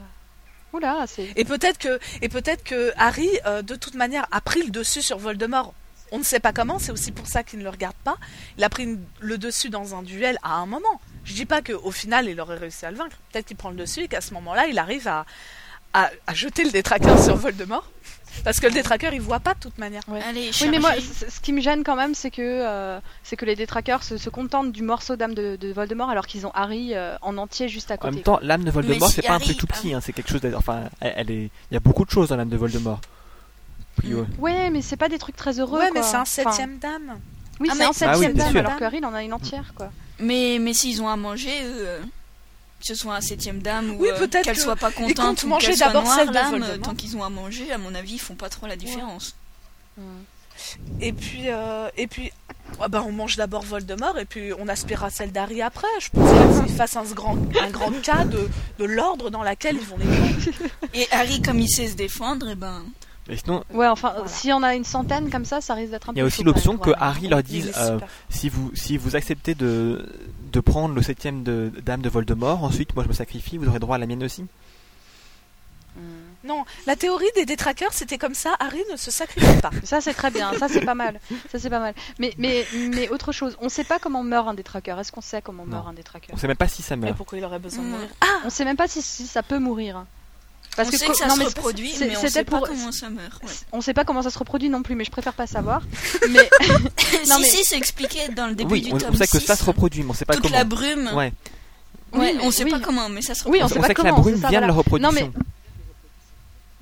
S4: Oula, c'est.
S5: Et peut-être que, et peut-être que Harry, euh, de toute manière, a pris le dessus sur Voldemort. On ne sait pas comment, c'est aussi pour ça qu'il ne le regarde pas. Il a pris une- le dessus dans un duel à un moment. Je dis pas qu'au final, il aurait réussi à le vaincre. Peut-être qu'il prend le dessus et qu'à ce moment-là, il arrive à, à- à jeter le détraqueur sur Voldemort. Parce que le détraqueur, il voit pas de toute manière.
S4: Ouais.
S3: Allez,
S4: Oui, mais moi,
S3: chargez.
S4: c- ce qui me gêne quand même, c'est que, euh, c'est que les détraqueurs se, se contentent du morceau d'âme de, de Voldemort alors qu'ils ont Harry euh, en entier juste à
S2: En
S4: côté.
S2: même temps, l'âme de Voldemort,
S3: si
S2: c'est pas un
S3: Harry,
S2: truc tout
S3: pardon.
S2: petit, hein, c'est quelque chose. d'ailleurs- Enfin, elle, elle est. Il y a beaucoup de choses dans l'âme de Voldemort. Puis,
S3: Mm.
S2: ouais.
S4: Ouais, mais c'est pas des trucs très heureux.
S5: ouais, mais
S4: quoi.
S5: c'est un
S4: Enfin,
S5: septième dame.
S4: oui,
S3: Ah,
S4: c'est
S3: mais-
S4: un
S3: Bah
S2: oui,
S4: septième
S2: bien
S4: dame,
S2: sûr.
S4: alors que Harry, il en a une entière, quoi.
S3: mais mais s'ils ont à manger, eux, euh, que ce soit un septième dame ou
S5: Oui,
S3: euh,
S5: peut-être
S3: qu'elle
S5: que
S3: soit pas
S5: comptent
S3: contente ou
S5: manger
S3: qu'elle soit
S5: d'abord
S3: noire,
S5: celle de
S3: l'âme, euh,
S5: Voldemort.
S3: tant qu'ils ont à manger, à mon avis, ils font pas trop la différence. Mm.
S5: Et puis, euh, et puis ah bah, on mange d'abord Voldemort et puis on aspirera celle d'Harry après. Je pense pas qu'ils fassent un s- grand, un grand cas de, de l'ordre dans laquelle ils vont les prendre.
S3: Et Harry, comme il sait se défendre, et ben
S2: Et sinon,
S4: Ouais, enfin,
S5: Voilà.
S4: si on a une centaine comme ça, ça risque d'être un peu.
S2: il y a aussi
S4: chaud, quand
S2: l'option
S4: même,
S2: que
S4: pour Harry.
S2: Harry leur
S5: Il
S2: dise
S5: est
S2: euh,
S5: super.
S2: si vous si vous acceptez de de prendre le septième de dame de Voldemort, ensuite moi je me sacrifie, vous aurez droit à la mienne aussi.
S4: Mm.
S5: Non, la théorie des détraqueurs, c'était comme ça, Harry ne se sacrifie pas.
S4: Ça c'est très bien, ça c'est pas mal, ça c'est pas mal. Mais mais mais autre chose, on sait pas comment meurt un détraqueur. Est-ce qu'on sait comment
S2: Non.
S4: meurt un détraqueur
S2: On sait même pas si ça
S5: Mais
S2: meurt.
S5: pourquoi il aurait besoin de
S3: Mm.
S5: mourir
S4: On sait même pas si, si ça peut mourir. hein.
S3: on sait
S4: co-
S3: que ça
S4: non,
S3: se
S4: mais c'est-
S3: reproduit,
S4: c'est-
S3: mais on
S4: c'était
S3: sait
S4: pour-
S3: pas comment ça meurt. ouais.
S4: On sait pas comment ça se reproduit non plus, mais je préfère pas savoir. Mais
S3: si,
S4: Non, mais-
S3: si, c'est expliqué dans le début
S2: Oui,
S3: du
S2: on, on
S3: tome
S2: sait que
S3: 6,
S2: ça se reproduit, mais on sait pas
S3: toute
S2: comment.
S3: la brume. Ouais,
S2: Ouais.
S4: Oui,
S3: on sait
S4: oui.
S3: pas comment, mais ça se
S4: Oui,
S3: reproduit.
S4: on
S2: On,
S4: sait
S2: sait
S4: pas
S2: que la
S4: comment,
S2: brume
S4: c'est ça,
S2: vient de la
S4: Non,
S2: reproduction.
S4: mais-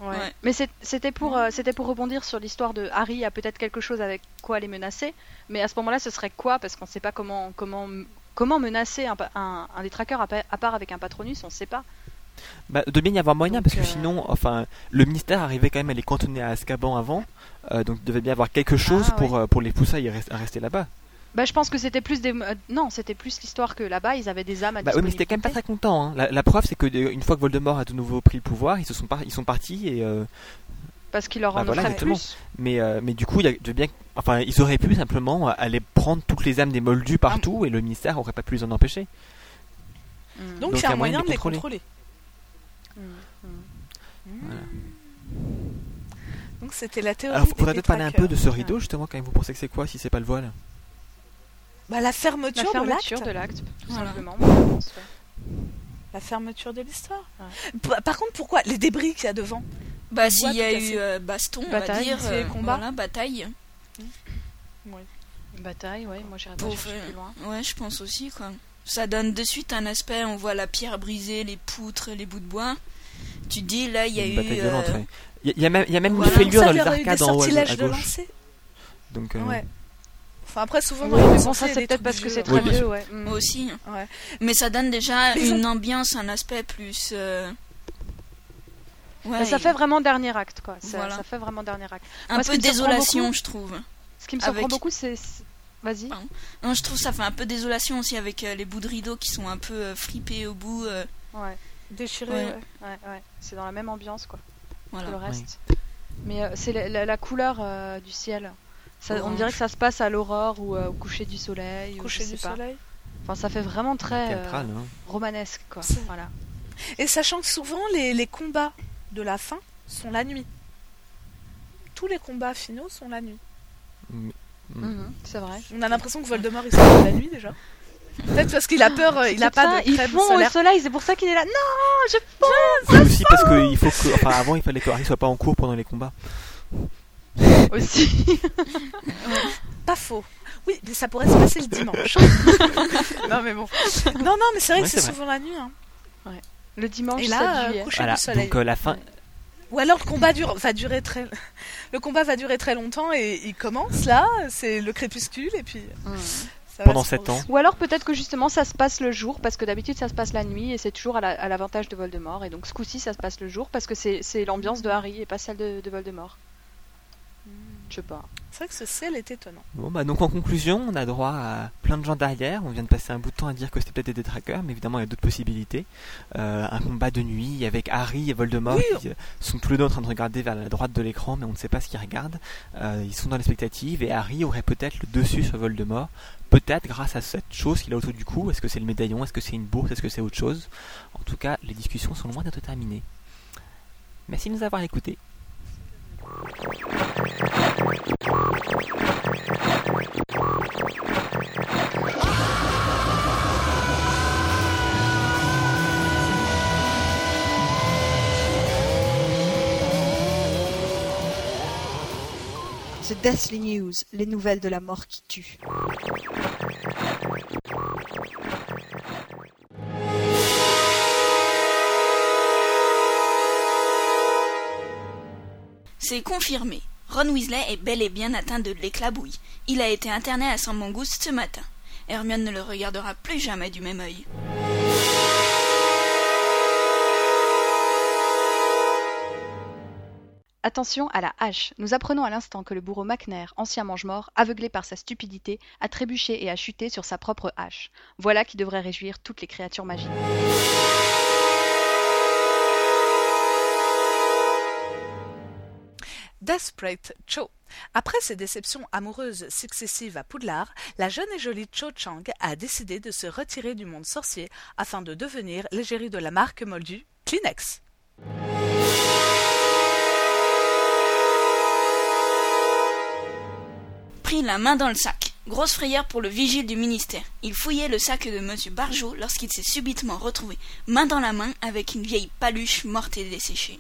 S3: Ouais. Ouais.
S4: mais c'est- c'était pour euh, c'était pour rebondir sur l'histoire de Harry a peut-être quelque chose avec quoi les menacer. Mais à ce moment-là, ce serait quoi Parce qu'on sait pas comment comment comment menacer un, pa- un, un détraqueur à, pa- à part avec un patronus, on sait pas.
S2: Bah, de bien y avoir moyen,
S4: Donc,
S2: parce que
S4: euh,
S2: sinon, enfin, le ministère arrivait quand même à les cantonner à Azkaban avant, euh, donc il devait bien y avoir quelque chose
S4: Ah,
S2: pour, euh, pour les pousser à, y res- à rester là-bas.
S4: Bah, je pense que c'était plus des. euh, Non, c'était plus l'histoire que là-bas, ils avaient des âmes à
S2: Bah oui, mais c'était quand même pas très content. hein. La, la preuve, c'est que euh, une fois que Voldemort a de nouveau pris le pouvoir, ils se sont, par- ils sont partis. Et, euh,
S4: Parce qu'ils leur
S2: Bah
S4: en
S2: voilà,
S4: offraient
S2: exactement.
S4: plus.
S2: mais, euh, mais du coup, il y a de bien, enfin, ils auraient pu simplement euh, aller prendre toutes les âmes des
S5: Ah,
S2: Moldus partout, et le ministère aurait pas pu les en empêcher.
S4: Mm.
S5: Donc
S2: Donc,
S5: il y a un
S2: moyen
S5: moyen
S2: de
S5: de les
S2: contrôler.
S5: contrôler.
S4: Mm.
S5: Mmh.
S2: Voilà.
S5: Donc c'était la théorie.
S2: Alors,
S5: des
S2: faudrait peut-être parler un peu de ce
S5: Pétraqueurs.
S2: rideau, justement, quand même. Vous pensez que c'est quoi, si c'est pas le voile
S5: Bah, la
S4: La
S5: fermeture,
S4: fermeture
S5: de
S4: Mmh. de
S5: l'acte.
S4: l'acte, tout
S3: Voilà.
S4: simplement. moi, je pense, ouais.
S5: La fermeture de l'histoire. P- Par contre, pourquoi les débris qu'il y a devant
S3: Bah,
S5: On
S3: s'il
S5: voit
S3: y a
S5: tout à fait.
S3: eu euh, baston, on va
S4: Bataille,
S3: dire. euh,
S5: c'est combat.
S3: Voilà, bataille.
S4: Bataille, ouais, moi j'irais pas
S3: Pour
S4: chercher
S3: faire-
S4: plus loin.
S3: Ouais, je pense aussi, quoi. Ça donne de suite un aspect, on voit la pierre brisée, les poutres, les bouts de bois. Tu te dis, là, il y a
S2: une
S3: eu.
S2: bataille
S3: euh,
S2: violente, ouais. Il y a- il y, a même, il y a même
S3: voilà.
S2: une fêlure
S5: ça,
S2: dans
S5: il y
S2: les
S5: aurait eu des
S2: arcades en haut à- à,
S5: sortilèges de
S2: gauche.
S5: lancer.
S2: Donc, euh,
S5: Ouais. Enfin, après, souvent,
S4: Oui,
S5: dans les
S4: mais
S5: maisons,
S4: bon, ça
S5: des
S4: c'est
S5: trucs
S4: peut-être parce que
S5: vieux.
S4: c'est
S2: Oui,
S4: très
S2: bien
S4: vieux, ouais. Mm.
S3: Moi aussi.
S5: Ouais.
S3: Mais ça donne déjà
S5: Mais
S3: une ambiance, un aspect plus. euh, Ouais,
S4: Mais Bah, ça fait vraiment dernier acte, quoi. Ça,
S3: Voilà.
S4: ça fait vraiment dernier acte.
S3: un
S4: Moi, ce
S3: peu
S4: qui me surprend
S3: désolation,
S4: beaucoup-
S3: je trouve.
S4: Ce qui me surprend
S3: Avec-
S4: beaucoup, c'est. c'est- Vas-y.
S3: Pardon. Non, je trouve ça fait un peu désolation aussi avec euh, les bouts de rideau qui sont un peu euh, fripés au bout. euh,
S4: Ouais.
S5: Déchiré.
S3: Ouais.
S5: ouais.
S4: Ouais, ouais. C'est dans la même ambiance, quoi, que le
S3: voilà.
S4: reste. Mais euh, c'est la, la- la couleur euh, du ciel. Ça- on
S3: Orange.
S4: dirait que ça se passe à l'aurore ou euh, au coucher du soleil. ou
S5: Coucher
S4: je sais
S5: du
S4: pas.
S5: soleil.
S4: Enfin, ça fait vraiment très euh,
S2: théâtrale, hein.
S4: romanesque, quoi.
S5: C'est-
S4: Voilà.
S5: Et sachant que souvent, les, les combats de la fin sont la nuit. Tous les combats finaux sont la nuit.
S2: Mm.
S4: Mhm, c'est vrai.
S5: On a l'impression que Voldemort, il sort la nuit déjà. Peut-être parce qu'il a peur, euh, il a
S4: Ah, C'est ça,
S5: pas de
S4: ils
S5: crème
S4: font au
S5: solaire.
S4: soleil, c'est pour ça qu'il est là. Non,
S2: Et aussi parce que il faut que, enfin, avant, il fallait que Harry soit pas en cours pendant les combats.
S4: aussi.
S5: Pas faux. Oui, mais ça pourrait se passer le dimanche.
S4: non, mais bon.
S5: non, non, mais c'est vrai
S2: Ouais,
S5: que
S2: c'est
S5: c'est
S2: vrai.
S5: souvent la nuit. hein.
S4: Le dimanche, hein.
S5: Et là,
S4: 7
S5: euh,
S4: juillet.
S5: coucher
S2: Voilà.
S5: du soleil.
S2: Donc, euh, la fin,
S5: Ou alors le combat dure, va durer très, le combat va durer très longtemps et il commence là, c'est le crépuscule et puis
S4: Mhm.
S5: ça va
S2: pendant
S5: se
S2: 7 ans,
S4: Ou alors peut-être que justement ça se passe le jour, parce que d'habitude ça se passe la nuit et c'est toujours à la- à l'avantage de Voldemort. Et donc ce coup-ci ça se passe le jour parce que c'est c'est l'ambiance de Harry et pas celle de, de Voldemort. Je sais pas.
S5: C'est vrai que ce ciel est étonnant.
S2: Bon, bah, donc en conclusion, on a droit à plein de gens derrière. On vient de passer un bout de temps à dire que c'était peut-être des détraqueurs, mais évidemment, il y a d'autres possibilités. Euh, un combat de nuit avec Harry et Voldemort qui euh, sont tous les deux en train de regarder vers la droite de l'écran, mais on ne sait pas ce qu'ils regardent. Euh, ils sont dans l'expectative et Harry aurait peut-être le dessus sur Voldemort, peut-être grâce à cette chose qu'il a autour du cou. Est-ce que c'est le médaillon Est-ce que c'est une bourse Est-ce que c'est autre chose En tout cas, les discussions sont loin d'être terminées. Merci de nous avoir écoutés.
S6: The Deathly News, les nouvelles de la mort qui tue.
S3: C'est confirmé. Ron Weasley est bel et bien atteint de l'éclabouille. Il a été interné à San Mangouste ce matin. Hermione ne le regardera plus jamais du même œil.
S4: Attention à la hache. Nous apprenons à l'instant que le bourreau McNair, ancien mange-mort, aveuglé par sa stupidité, a trébuché et a chuté sur sa propre hache. Voilà qui devrait réjouir toutes les créatures magiques.
S5: Desperate Cho. Après ses déceptions amoureuses successives à Poudlard, la jeune et jolie Cho Chang a décidé de se retirer du monde sorcier afin de devenir l'égérie de la marque Moldu, Kleenex.
S3: Pris la main dans le sac. Grosse frayeur pour le vigile du ministère. Il fouillait le sac de Monsieur Barjot lorsqu'il s'est subitement retrouvé main dans la main avec une vieille paluche morte et desséchée.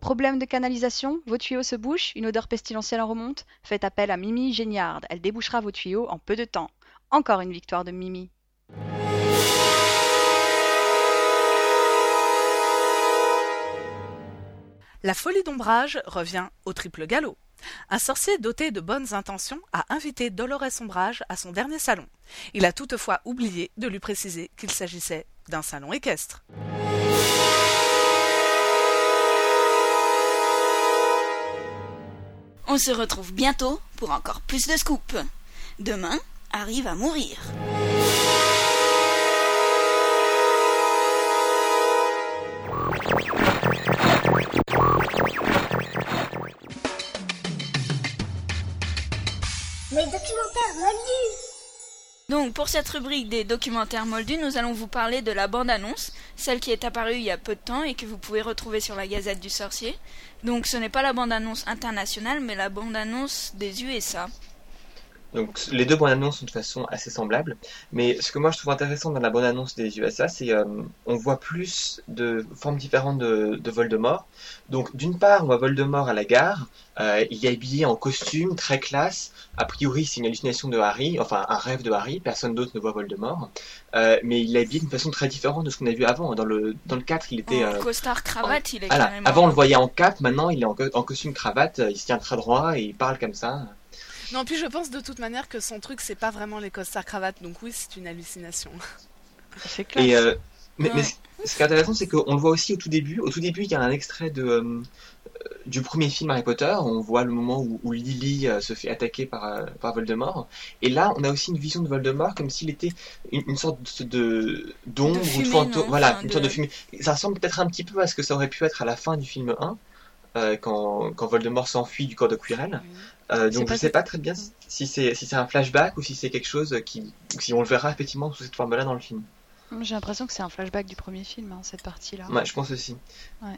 S4: Problème de canalisation Vos tuyaux se bouchent Une odeur pestilentielle en remonte Faites appel à Mimi Géniard. Elle débouchera vos tuyaux en peu de temps. Encore une victoire de Mimi.
S5: La folie d'ombrage revient au triple galop. Un sorcier doté de bonnes intentions a invité Dolores Ombrage à son dernier salon. Il a toutefois oublié de lui préciser qu'il s'agissait d'un salon équestre.
S3: On se retrouve bientôt pour encore plus de scoops. Demain, arrive à mourir.
S7: Les documentaires moldus
S3: Donc pour cette rubrique des documentaires moldus, nous allons vous parler de la bande-annonce, celle qui est apparue il y a peu de temps et que vous pouvez retrouver sur la Gazette du Sorcier. Donc ce n'est pas la bande-annonce internationale, mais la bande-annonce des USA.
S8: Donc les deux bandes annonces sont de façon assez semblable, mais ce que moi je trouve intéressant dans la bande annonce des USA, c'est euh, on voit plus de formes différentes de, de Voldemort. Donc d'une part, on voit Voldemort à la gare, euh, il est habillé en costume, très classe. A priori, c'est une hallucination de Harry, enfin un rêve de Harry. Personne d'autre ne voit Voldemort, Euh, mais il est habillé d'une façon très différente de ce qu'on a vu avant. Dans le dans le 4, il était
S3: En
S8: euh,
S3: costard cravate, il est
S8: voilà.
S3: Oh, carrément.
S8: Avant, on le voyait en cape, maintenant, il est en, co- en costume cravate, il se tient très droit et il parle comme ça.
S5: Non, puis je pense de toute manière que son truc, c'est pas vraiment les costards cravates, donc oui, c'est une hallucination.
S4: C'est clair.
S8: Et euh, mais, mais
S3: Ah. Ouais.
S8: ce- ce qui est intéressant, c'est qu'on le voit aussi au tout début. Au tout début, il y a un extrait de, euh, du premier film Harry Potter. On voit le moment où, où Lily euh, se fait attaquer par, euh, par Voldemort. Et là, on a aussi une vision de Voldemort comme s'il était une, une sorte de d'ombre
S3: De
S8: ou de
S3: fumée,
S8: fantôme.
S3: non
S8: Voilà,
S3: Enfin,
S8: une sorte
S3: de-
S8: de fumée. Ça ressemble peut-être un petit peu à ce que ça aurait pu être à la fin du film 1. euh, quand, quand Voldemort s'enfuit du corps de Quirrell. Euh,
S4: C'est
S8: donc
S4: pas
S8: je sais
S4: tout-
S8: pas très bien si c'est si c'est un flashback ou si c'est quelque chose qui si on le verra effectivement sous cette forme-là dans le film.
S4: J'ai l'impression que c'est un flashback du premier film, hein, cette partie-là.
S8: Ouais, je pense aussi.
S4: Ouais.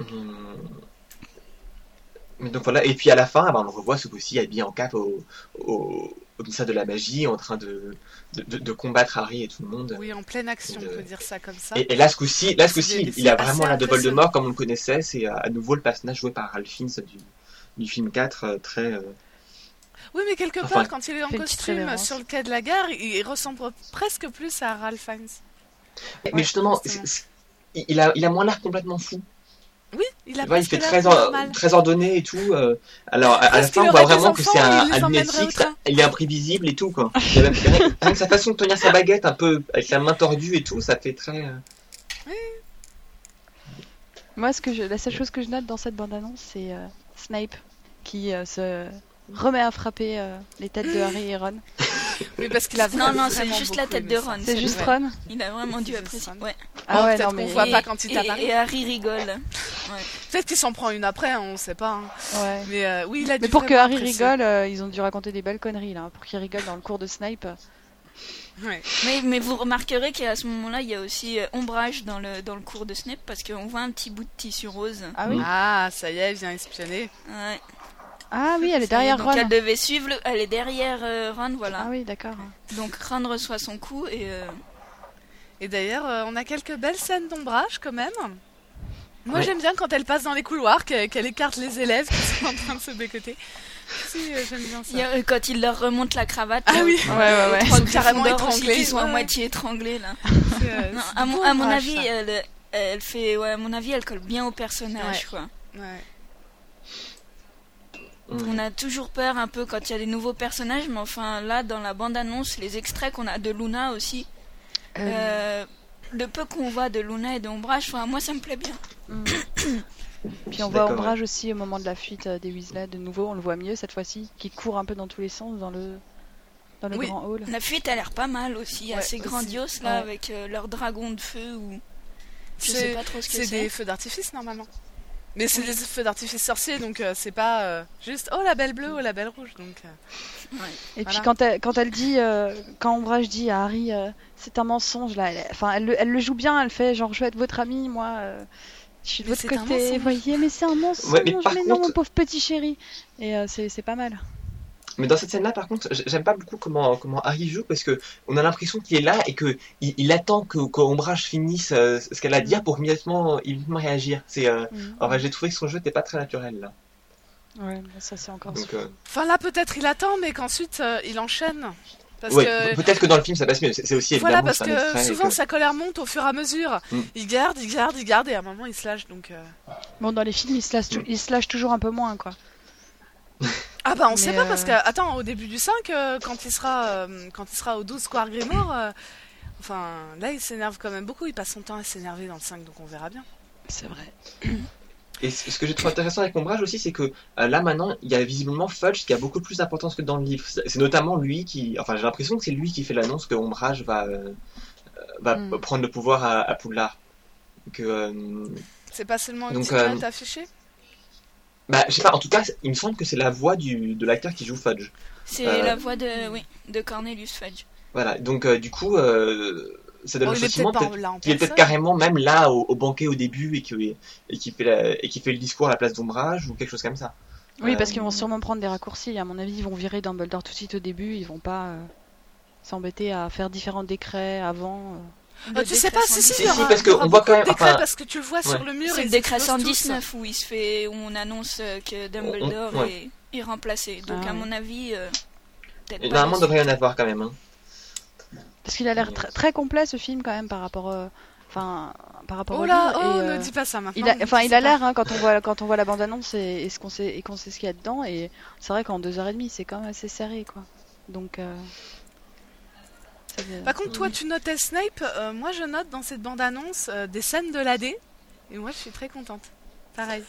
S8: Hum. Mais donc voilà, et puis à la fin, ben, on le revoit ce coup-ci habillé en cape au, au, au ministère de la magie, en train de, de, de- de combattre Harry et tout le monde.
S5: Oui, en pleine action,
S8: De-
S5: on peut dire ça comme ça.
S8: Et, et là, ce coup-ci, là, ce
S5: C'est-
S8: coup-ci,
S5: c'est
S8: il a
S5: assez
S8: vraiment l'air de
S5: impressionnant.
S8: Voldemort comme on le connaissait. C'est euh, à, à nouveau le personnage joué par Ralph Fiennes du, du film 4, euh, très. euh,
S5: Oui, mais quelque
S8: Enfin,
S5: part, quand il est en
S4: fait une petite
S5: costume
S4: révérence.
S5: sur le quai de la gare, il ressemble presque plus à Ralph Fiennes.
S8: Mais justement,
S5: justement.
S8: c'est- c'est- il- il, a, il a moins l'air complètement fou.
S5: Oui, il a
S8: Tu vois, il
S5: presque
S8: fait
S5: l'air
S8: très, or-
S5: normal.
S8: très ordonné et tout. euh, alors, à, à la
S5: Parce
S8: fin,
S5: qu'il
S8: on voit
S5: aurait des
S8: vraiment que
S5: enfants
S8: c'est
S5: et
S8: un,
S5: il les
S8: un
S5: emmènerait au
S8: anorexique,
S5: train.
S8: il est imprévisible et tout, quoi. Il a même, rien que sa façon de tenir sa baguette, un peu avec sa main tordue et tout, ça fait très. euh,
S4: Moi, ce que je... la seule chose que je note dans cette bande-annonce, c'est euh, Snape qui euh, se remet à frapper euh, les têtes de Harry et Ron.
S5: Oui, parce qu'il a
S3: Non, non,
S5: vraiment
S3: c'est juste la
S5: beaucoup
S3: tête
S5: aimé
S3: de
S5: ça.
S3: Ron.
S4: C'est juste
S5: vrai.
S4: Ron
S3: Il a vraiment dû
S5: C'est
S3: apprécier.
S5: Ron.
S3: Ouais.
S5: Ah,
S4: ouais,
S5: peut-être
S4: non, mais-
S5: qu'on voit pas quand il
S3: et,
S5: t'apparaît.
S3: et Harry rigole.
S5: Peut-être qu'il s'en prend une après, hein, on sait pas. hein.
S4: Ouais.
S5: Mais euh, oui, il a
S4: Mais
S5: dû
S4: pour que
S5: vraiment
S4: Harry
S5: apprécier.
S4: rigole, euh, ils ont dû raconter des belles conneries là. Pour qu'il rigole dans le cours de Snape.
S5: Ouais.
S3: Mais, mais vous remarquerez qu'à ce moment-là, il y a aussi euh, ombrage dans le, dans le cours de Snape parce qu'on voit un petit bout de tissu rose.
S4: Ah
S8: oui
S4: oui.
S5: Ah, ça y est, elle vient espionner.
S3: Ouais.
S4: Ah oui, elle
S3: Ça y est,
S4: est derrière
S3: donc
S4: Ron.
S3: Elle devait suivre. le- Elle est derrière euh, Ron, voilà.
S4: Ah oui, Ah, d'accord.
S3: Donc Ron reçoit son coup et. euh,
S5: Et d'ailleurs, euh, on a quelques belles scènes d'ombrage quand même. Moi,
S8: Ouais.
S5: j'aime bien quand elle passe dans les couloirs, qu'elle qu'elle écarte les élèves qui sont en train de se bécoter. Si, euh, j'aime bien ça.
S3: il y a- euh, quand il leur remonte la cravate.
S5: Ah
S3: là,
S5: oui.
S4: Ouais, ouais,
S3: les
S4: ouais.
S3: trois
S5: Ils sont carrément
S3: Gryffondors aussi
S5: étranglés,
S3: qui sont à
S5: ouais.
S3: moitié étranglés là.
S5: C'est, euh,
S3: Non,
S5: c'est
S3: à, mon,
S5: beau
S3: à mon
S5: ombrage,
S3: avis,
S5: ça.
S3: elle, elle fait. Ouais, à mon avis, elle colle bien au personnage
S5: Ouais.
S3: quoi.
S5: Ouais.
S8: hum.
S3: On a toujours peur un peu quand il y a des nouveaux personnages, mais enfin là, dans la bande-annonce, les extraits qu'on a de Luna aussi, euh, le peu qu'on voit de Luna et d'Ombrage, enfin, moi ça me plaît bien.
S4: Puis on voit
S8: D'accord,
S4: Ombrage aussi au moment de la fuite euh, des Weasley. De nouveau, on le voit mieux cette fois-ci, qui court un peu dans tous les sens dans le dans le
S5: Oui.
S4: grand hall.
S3: La fuite a l'air pas mal aussi,
S5: Ouais,
S3: assez
S5: aussi.
S3: grandiose là,
S4: Ouais.
S3: avec euh, leur dragon de feu ou. Je
S5: C'est-
S3: sais pas trop ce que
S5: C'est
S3: c'est.
S5: des feux d'artifice normalement. Mais c'est des feux d'artifice sorciers, donc euh, c'est pas euh, juste oh la belle bleue, oh la belle rouge. Donc, euh,
S4: Et
S5: Voilà.
S4: puis quand elle, quand elle dit, euh, quand Ombrage dit à Harry, euh, c'est un mensonge là, elle, enfin, elle, le- elle le joue bien, elle fait genre je vais être votre amie, moi, euh, je suis de
S5: Mais
S4: votre
S5: c'est un
S4: côté,
S5: mensonge.
S4: voyez, mais c'est un mensonge,
S8: Ouais,
S4: mais,
S8: mais par
S4: non
S8: contre-
S4: mon pauvre petit chéri. Et euh, c'est c'est pas mal.
S8: Mais dans cette scène-là, par contre, j- j'aime pas beaucoup comment, comment Harry joue parce que on a l'impression qu'il est là et que il, il attend que qu'Ombrage finisse euh, ce qu'elle a à dire pour immédiatement, immédiatement réagir. C'est, euh,
S4: Mhm.
S8: enfin, j'ai trouvé que son jeu n'était pas très naturel là.
S4: Ouais, mais ça c'est encore.
S8: Donc, euh,
S5: Enfin là, peut-être il attend, mais qu'ensuite euh, il enchaîne. Parce
S8: ouais,
S5: que
S8: peut-être que dans le film ça passe mieux. C'est c'est aussi évidemment
S5: Voilà, parce
S8: c'est un
S5: que
S8: extrait et
S5: souvent
S8: que-
S5: sa colère monte au fur et à mesure.
S8: Mm.
S5: Il garde, il garde, il garde, et à un moment il se lâche. Donc, euh.
S4: Bon, dans les films, il se lâche, tou- il se lâche toujours un peu moins quoi.
S5: Ah bah on
S4: Mais,
S5: sait pas, parce que,
S4: euh,
S5: attends, au début du 5, euh, quand, il sera, euh, quand il sera au 12 Square Grimoire, euh, enfin là il s'énerve quand même beaucoup, il passe son temps à s'énerver dans le 5, donc on verra bien.
S4: C'est vrai.
S8: Et ce ce que j'ai trouvé intéressant avec Ombrage aussi, c'est que euh, là maintenant, il y a visiblement Fudge qui a beaucoup plus d'importance que dans le livre. C'est c'est notamment lui qui, enfin, j'ai l'impression que c'est lui qui fait l'annonce que Ombrage va euh, euh, va
S4: Hmm.
S8: prendre le pouvoir à, à Poudlard. Que euh,
S5: C'est pas seulement une
S8: Donc,
S5: petite note
S8: euh,
S5: affichée
S8: bah, je sais pas. En tout cas, il me semble que c'est la voix du de l'acteur qui joue Fudge.
S3: C'est
S8: Euh,
S3: la voix de, oui, de Cornelius Fudge.
S8: Voilà. Donc euh, du coup, euh, ça donne
S5: Bon,
S8: le
S5: Il est
S8: sentiment
S5: peut-être
S8: peut-être
S5: pas là en
S8: qui est peut-être
S5: personne.
S8: carrément même là au, au banquet au début et qui, et qui fait la- et qui fait le discours à la place d'ombrage ou quelque chose comme ça.
S4: Oui,
S8: Euh,
S4: parce qu'ils vont sûrement prendre des raccourcis. À mon avis, ils vont virer Dumbledore tout de suite au début. Ils vont pas euh, s'embêter à faire différents décrets avant. euh.
S5: Ah,
S3: Le
S5: tu sais
S3: décret
S5: pas, si, si, il y
S8: Si,
S3: 119.
S8: si,
S5: aura-
S8: parce
S5: il y aura
S8: qu'on voit
S5: beaucoup
S8: quand
S5: de
S8: même-
S5: décrets
S8: enfin,
S5: parce que tu le vois sur
S8: ouais.
S5: le mur.
S3: C'est
S5: et
S3: le
S5: ils
S3: décret
S5: explosent tous.
S3: 119 où il se fait, où on annonce euh, que Dumbledore
S8: On- on- ouais.
S3: est, est remplacé. Donc
S4: Ah,
S3: à
S4: ouais.
S3: mon avis, euh, peut-être
S8: Et
S3: pas.
S8: Normalement, il devrait y en avoir quand même. Hein.
S4: Parce qu'il a l'air tr- très complet ce film quand même par rapport, euh, enfin, par rapport
S5: Oh
S4: au
S5: là,
S4: livre.
S5: oh,
S4: et, euh,
S5: ne dis pas ça maintenant.
S4: Il a,
S5: ne
S4: enfin,
S5: dis
S4: il a
S5: pas.
S4: l'air hein, quand on voit quand on voit la bande annonce et, et ce qu'on sait et qu'on sait ce qu'il y a dedans et c'est vrai qu'en deux heures et demie c'est quand même assez serré quoi. Donc euh, ça veut-
S5: Par contre, toi, tu notais Snape. euh, moi, je note dans cette bande-annonce euh, des scènes de l'AD. Et moi, je suis très contente. Pareil.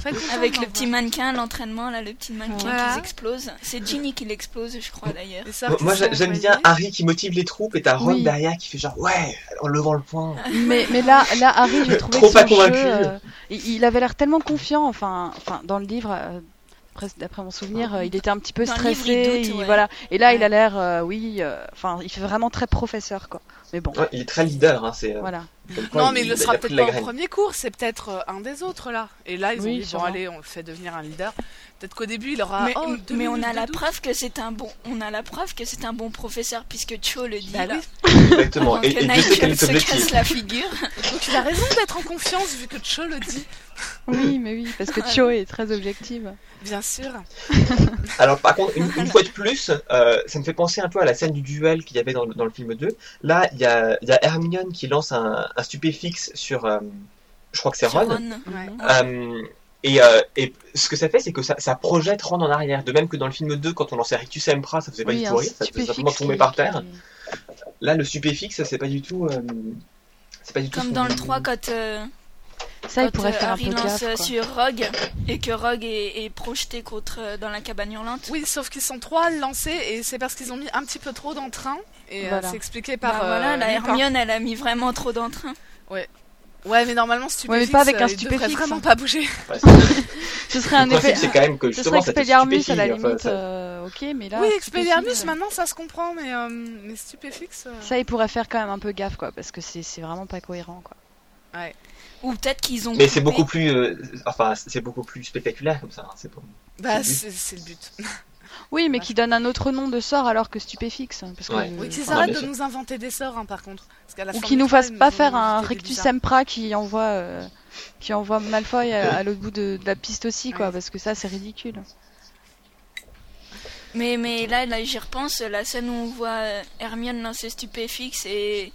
S5: Très contente
S3: Ah, Avec
S5: d'en
S3: le petit
S5: voir.
S3: mannequin, l'entraînement, là, le petit mannequin
S5: Voilà.
S3: qui explose. C'est Ginny qui l'explose, je crois, d'ailleurs.
S5: Les sorts
S8: Moi,
S5: qui
S8: moi,
S5: sont
S8: j'a- j'aime bien
S5: envoyés.
S8: Harry qui motive les troupes et t'as Ron
S4: Oui.
S8: derrière qui fait genre ouais en levant le poing.
S4: mais, mais là, là, Harry, j'ai trouvé
S8: Trop
S4: que
S8: pas
S4: son
S8: convaincu.
S4: jeu, euh, il, il avait l'air tellement confiant. Enfin, enfin, dans le livre, euh, après- d'après mon souvenir, euh, il était un petit peu
S3: Dans le livre,
S4: stressé.
S3: il doute, ouais.
S4: voilà. Et là, il a
S3: Ouais.
S4: l'air, euh, oui, euh, enfin, il fait vraiment très professeur quoi. Mais bon,
S8: Ouais, il est très leader. Hein, c'est, euh,
S4: voilà.
S8: comme quoi,
S5: Non, mais il le
S8: a
S5: sera
S8: pris
S5: peut-être
S8: de la
S5: pas en
S8: graine.
S5: premier cours, c'est peut-être euh, un des autres là. Et là, ils
S4: Oui,
S5: ont dit, bon,
S4: sûrement.
S5: allez, on le fait devenir un leader. Peut-être qu'au début, il aura.
S3: mais,
S5: oh,
S3: mais
S5: deux
S3: on
S5: minutes
S3: a
S5: de
S3: la
S5: doute.
S3: preuve que c'est un bon, on a la preuve que c'est un bon professeur puisque Cho le dit
S5: Bah
S3: là.
S5: oui.
S8: Exactement.
S3: Avant
S8: Et,
S3: que
S8: et Dieu
S3: Nigel
S8: sait quel est
S3: se
S8: l'objectif.
S3: casse la figure.
S5: Donc, il a raison d'être en confiance vu que Cho le dit.
S4: Oui, mais oui, parce que Cho est très objective.
S5: Bien sûr.
S8: Alors par contre, une, une fois de plus, euh, ça me fait penser un peu à la scène du duel qu'il y avait dans, le- dans le film 2. Là, il y a, il y a Hermione qui lance un, un stupéfixe sur, euh, je crois que c'est
S3: Sur
S8: Ron.
S3: Ron.
S4: Mhm.
S5: Ouais.
S8: Euh, et, euh, et ce que ça fait, c'est que ça, ça projette Ron en arrière. De même que dans le film 2, quand on lançait Rictus Empra, ça faisait pas
S4: oui, hein,
S8: du
S4: un
S8: tout rire, ben, ça faisait
S4: stupéfixe
S8: simplement tomber
S4: qui-
S8: par terre.
S4: qui-
S8: Là, le stupéfixe, c'est pas du tout. euh, c'est pas du tout
S3: Comme
S8: son-
S3: dans le 3 quand, euh,
S4: Ça, il
S3: quand,
S4: pourrait
S3: euh,
S4: faire un
S3: Harry
S4: peu
S3: lance
S4: gaffe.
S3: euh,
S4: quoi.
S3: sur Rogue et que Rogue est, est projeté contre euh, dans la cabane hurlante.
S5: Oui, sauf qu'ils sont trois lancés et c'est parce qu'ils ont mis un petit peu trop d'entrain. Et euh,
S4: Voilà.
S5: c'est expliqué par.
S3: Bah voilà,
S5: euh,
S3: la
S5: Lupin.
S3: Hermione, elle a mis vraiment trop d'entrain.
S5: Ouais, mais normalement, stupéfixe.
S4: Ouais, mais pas avec un
S5: euh, il devrait
S4: stupéfixe, hein.
S5: vraiment pas bouger.
S8: Ouais, c'est-
S4: Ce serait un
S8: le principe,
S4: effet.
S8: c'est quand même que
S4: Ce
S8: justement, ça
S4: serait
S8: fait
S4: Expelliarmus à la
S8: stupéfie, enfin,
S4: limite,
S8: ça-
S4: euh, ok, mais là.
S5: oui,
S4: stupéfixe,
S5: Expelliarmus,
S4: euh,
S5: maintenant, ça se comprend, mais, euh, mais stupéfixe. euh,
S4: Ça, il pourrait faire quand même un peu gaffe, quoi, parce que c'est c'est vraiment pas cohérent, quoi.
S3: Ou peut-être qu'ils ont.
S8: Mais c'est
S3: coupé.
S8: beaucoup plus, euh, enfin, c'est beaucoup plus spectaculaire comme ça. hein, c'est pas-
S5: Bah,
S8: c'est le but.
S5: c'est c'est le but.
S4: Oui, mais qui donne un autre nom de sort alors que stupéfixe, hein, parce que-
S8: Ouais.
S5: Oui, qu'ils
S8: Non,
S5: arrêtent
S8: bien
S5: de
S8: sûr.
S5: nous inventer des sorts, hein, par contre. Parce qu'à la
S4: Ou
S5: fin
S4: qui
S5: du
S4: nous
S5: trois,
S4: fasse
S5: ils nous
S4: pas
S5: ont
S4: faire un
S5: invité des
S4: rectus
S5: bizarres.
S4: sempra qui envoie, euh, qui envoie Malfoy à, à l'autre bout de, de la piste aussi, quoi,
S5: Ouais.
S4: parce que ça, c'est ridicule.
S3: Mais, mais là, là j'y repense, la scène où on voit euh, Hermione lancer stupéfixe et,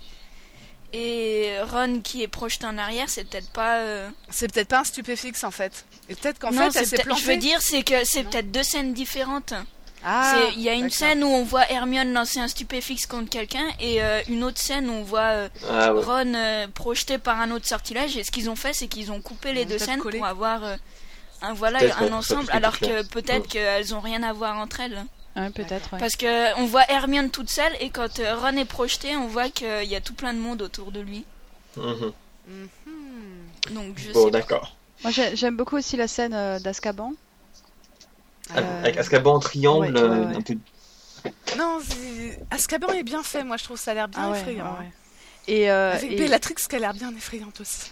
S3: et Ron qui est projeté en arrière, c'est peut-être pas. euh,
S5: C'est peut-être pas un stupéfixe, en fait. Et peut-être qu'en
S3: non,
S5: fait, elle
S3: c'est
S5: s'est
S3: peut-être-
S5: plantée.
S3: je veux dire, c'est que c'est
S5: Non.
S3: peut-être deux scènes différentes.
S5: Ah,
S3: C'est- Il y a une
S5: d'accord.
S3: scène où on voit Hermione lancer un stupéfixe contre quelqu'un et euh, une autre scène où on voit euh,
S8: Ah ouais.
S3: Ron euh, projeté par un autre sortilège. Et ce qu'ils ont fait, c'est qu'ils ont coupé les
S5: Ils ont
S3: deux
S5: peut-être
S3: scènes
S5: collé.
S3: pour avoir euh, un, voilà,
S8: Peut-être, ouais,
S3: un
S8: pour
S3: ensemble,
S8: faire plus
S3: alors que
S8: clair.
S3: peut-être qu'elles ont rien à voir entre elles.
S4: Ouais, peut-être, ouais.
S3: Parce que on voit Hermione toute seule et quand euh, Ron est projeté, on voit qu'il y a tout plein de monde autour de lui.
S8: Mhm.
S5: Mhm.
S3: Donc je
S8: Bon,
S3: sais. pas.
S8: d'accord.
S4: Moi, j'ai- j'aime beaucoup aussi la scène euh, d'Azkaban. Euh,
S8: Ah, Avec Azkaban en triangle,
S4: ouais, ouais,
S8: euh,
S4: ouais.
S8: un peu
S5: Non, c'est- Azkaban est bien fait, moi je trouve ça a l'air bien
S4: Ah ouais,
S5: effrayant. hein.
S4: ah ouais. Et, euh,
S5: Avec
S4: et
S5: Bellatrix qui a l'air bien effrayante aussi.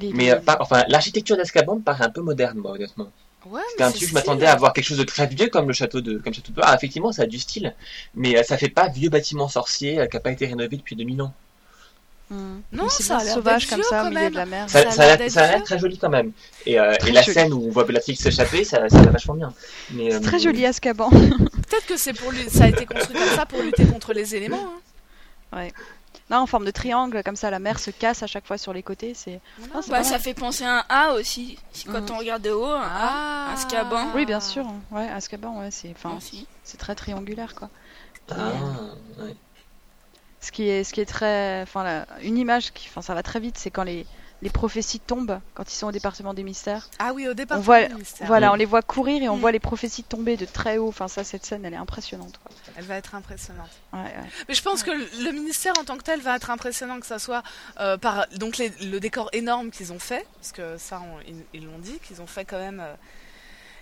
S4: les-
S8: Mais euh, pas- enfin, l'architecture d'Azkaban me paraît un peu moderne, moi, honnêtement.
S5: Ouais,
S8: C'était un truc, je m'attendais à voir quelque chose de très vieux comme le château de, comme château de Blois. Ah, effectivement, ça a du style, mais euh, ça fait pas vieux bâtiment sorcier euh, qui a pas été rénové depuis 2000 ans.
S4: Hum.
S5: Non,
S4: Mais c'est
S5: Oh, ça a
S4: bien
S5: l'air
S4: sauvage
S5: d'être
S4: comme
S5: vieux,
S4: ça au
S5: quand
S4: milieu
S5: même.
S4: de la mer.
S8: Ça,
S5: Ça a
S8: ça a
S5: l'air
S8: l'air
S5: d'être
S8: ça a l'air
S5: vieux.
S8: très joli quand même. Et, euh,
S4: Très
S8: et la
S4: joli.
S8: scène où on voit Bellatrix s'échapper, ça, ça va vachement bien. Mais, euh,
S4: C'est très joli Azkaban.
S5: Peut-être que c'est pour lui... ça a été construit comme ça pour lutter contre les éléments. hein.
S4: Non, en forme de triangle, comme ça la mer se casse à chaque fois sur les côtés. C'est
S5: Voilà.
S4: Non, c'est
S3: Bah,
S4: pas
S3: ça
S4: mal.
S3: fait penser à un A aussi. Si quand
S4: Mhm.
S3: on regarde de haut, un A.
S5: Ah,
S3: Azkaban.
S4: Oui, bien sûr. hein. Ouais, Azkaban, ouais, c'est enfin,
S3: aussi.
S4: c'est très triangulaire quoi.
S8: Ah, ouais.
S4: Ce qui est ce qui est très enfin la- une image qui enfin ça va très vite, c'est quand les les prophéties tombent quand ils sont au département des mystères.
S5: Ah oui, au départ.
S4: On voit-
S5: oui, c'est-
S4: Voilà,
S2: Mm.
S4: on les voit courir et on
S5: Mm.
S4: voit les prophéties tomber de très haut. Enfin, ça, cette scène, elle est impressionnante. quoi.
S5: Elle va être impressionnante.
S4: Ouais, ouais.
S5: Mais je pense que le ministère en tant que tel va être impressionnant, que ça soit euh, par donc les- le décor énorme qu'ils ont fait, parce que ça on- ils- ils l'ont dit, qu'ils ont fait quand même, euh,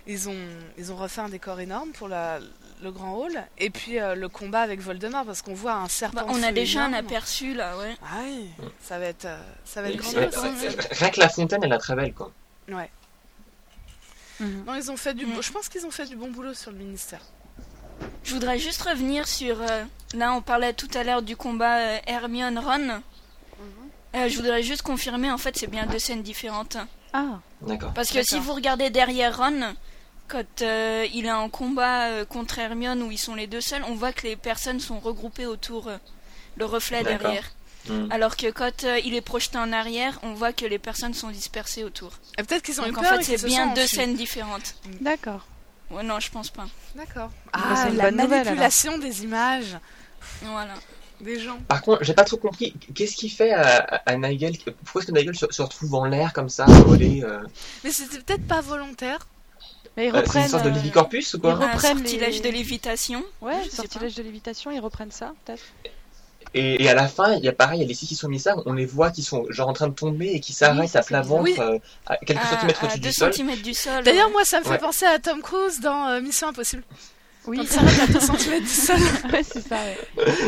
S5: ils ont ils ont refait un décor énorme pour la- le grand hall, et puis euh, le combat avec Voldemort, parce qu'on voit un serpent.
S3: Bah, on a
S5: feu
S3: déjà un
S5: énorme.
S3: aperçu là, ouais.
S5: Ah oui, ça va être euh, ça va
S8: Et
S5: être
S8: puis,
S5: grandiose.
S8: ouais,
S3: hein,
S8: ouais,
S3: ouais.
S8: Rien que la fontaine, elle la très belle, quoi.
S4: Mm-hmm.
S5: Non, ils ont fait du,
S3: Mm.
S5: bo- je pense qu'ils ont fait du bon boulot sur le ministère.
S3: Je voudrais juste revenir sur. euh, là, on parlait tout à l'heure du combat euh, Hermione-Ron.
S5: Mhm.
S3: Euh, je voudrais juste confirmer, en fait, c'est bien deux scènes différentes.
S4: Ah,
S8: D'accord.
S3: Parce que si
S5: D'accord.
S3: vous regardez derrière Ron, quand euh, il est en combat euh, contre Hermione où ils sont les deux seuls, on voit que les personnes sont regroupées autour euh, le reflet
S8: D'accord.
S3: derrière.
S8: Hmm.
S3: Alors que quand euh, il est projeté en arrière, on voit que les personnes sont dispersées autour.
S5: Et peut-être qu'ils ont eu
S3: Donc en
S5: peur
S3: fait,
S5: et qu'ils
S3: c'est
S5: se
S3: bien
S5: sont
S3: deux
S5: enfuis.
S3: scènes différentes.
S4: d'accord.
S3: Ouais, non, je pense pas.
S5: D'accord.
S4: Bah,
S5: Ah,
S4: c'est une
S5: la
S4: bonne nouvelle, alors.
S5: manipulation des images
S3: Voilà.
S5: des gens.
S8: Par contre, j'ai pas trop compris. Qu'est-ce qu'il fait à, à Nigel Pourquoi est-ce que Nigel se, se retrouve en l'air comme ça, volé euh,
S5: Mais c'était peut-être pas volontaire.
S4: Mais ils
S8: euh, C'est une
S4: reprennent.
S8: sorte de
S4: euh,
S8: Levi Corpus ou quoi
S4: Ils
S3: Un
S4: reprennent les-
S3: sortilège de lévitation.
S4: Ouais,
S3: Je sais
S4: sortilège de lévitation, ils reprennent ça, peut-être.
S8: et, et à la fin, il y a pareil, il y a les six qui sont mis ça. On les voit qui sont genre en train de tomber et qui s'arrêtent
S4: ça,
S8: à
S4: c'est
S8: plat
S4: bizarre.
S8: ventre,
S5: Oui.
S8: euh, à quelques
S5: Ah,
S3: à-
S8: centimètres
S3: à
S8: au-dessus
S3: deux
S8: du sol.
S3: centimètres du sol.
S5: D'ailleurs, moi, ça me fait
S8: Ouais.
S5: penser à Tom Cruise dans euh, Mission Impossible.
S4: Oui,
S5: Quand il s'arrête à 2 cm du sol.
S4: ouais, c'est ça. ouais.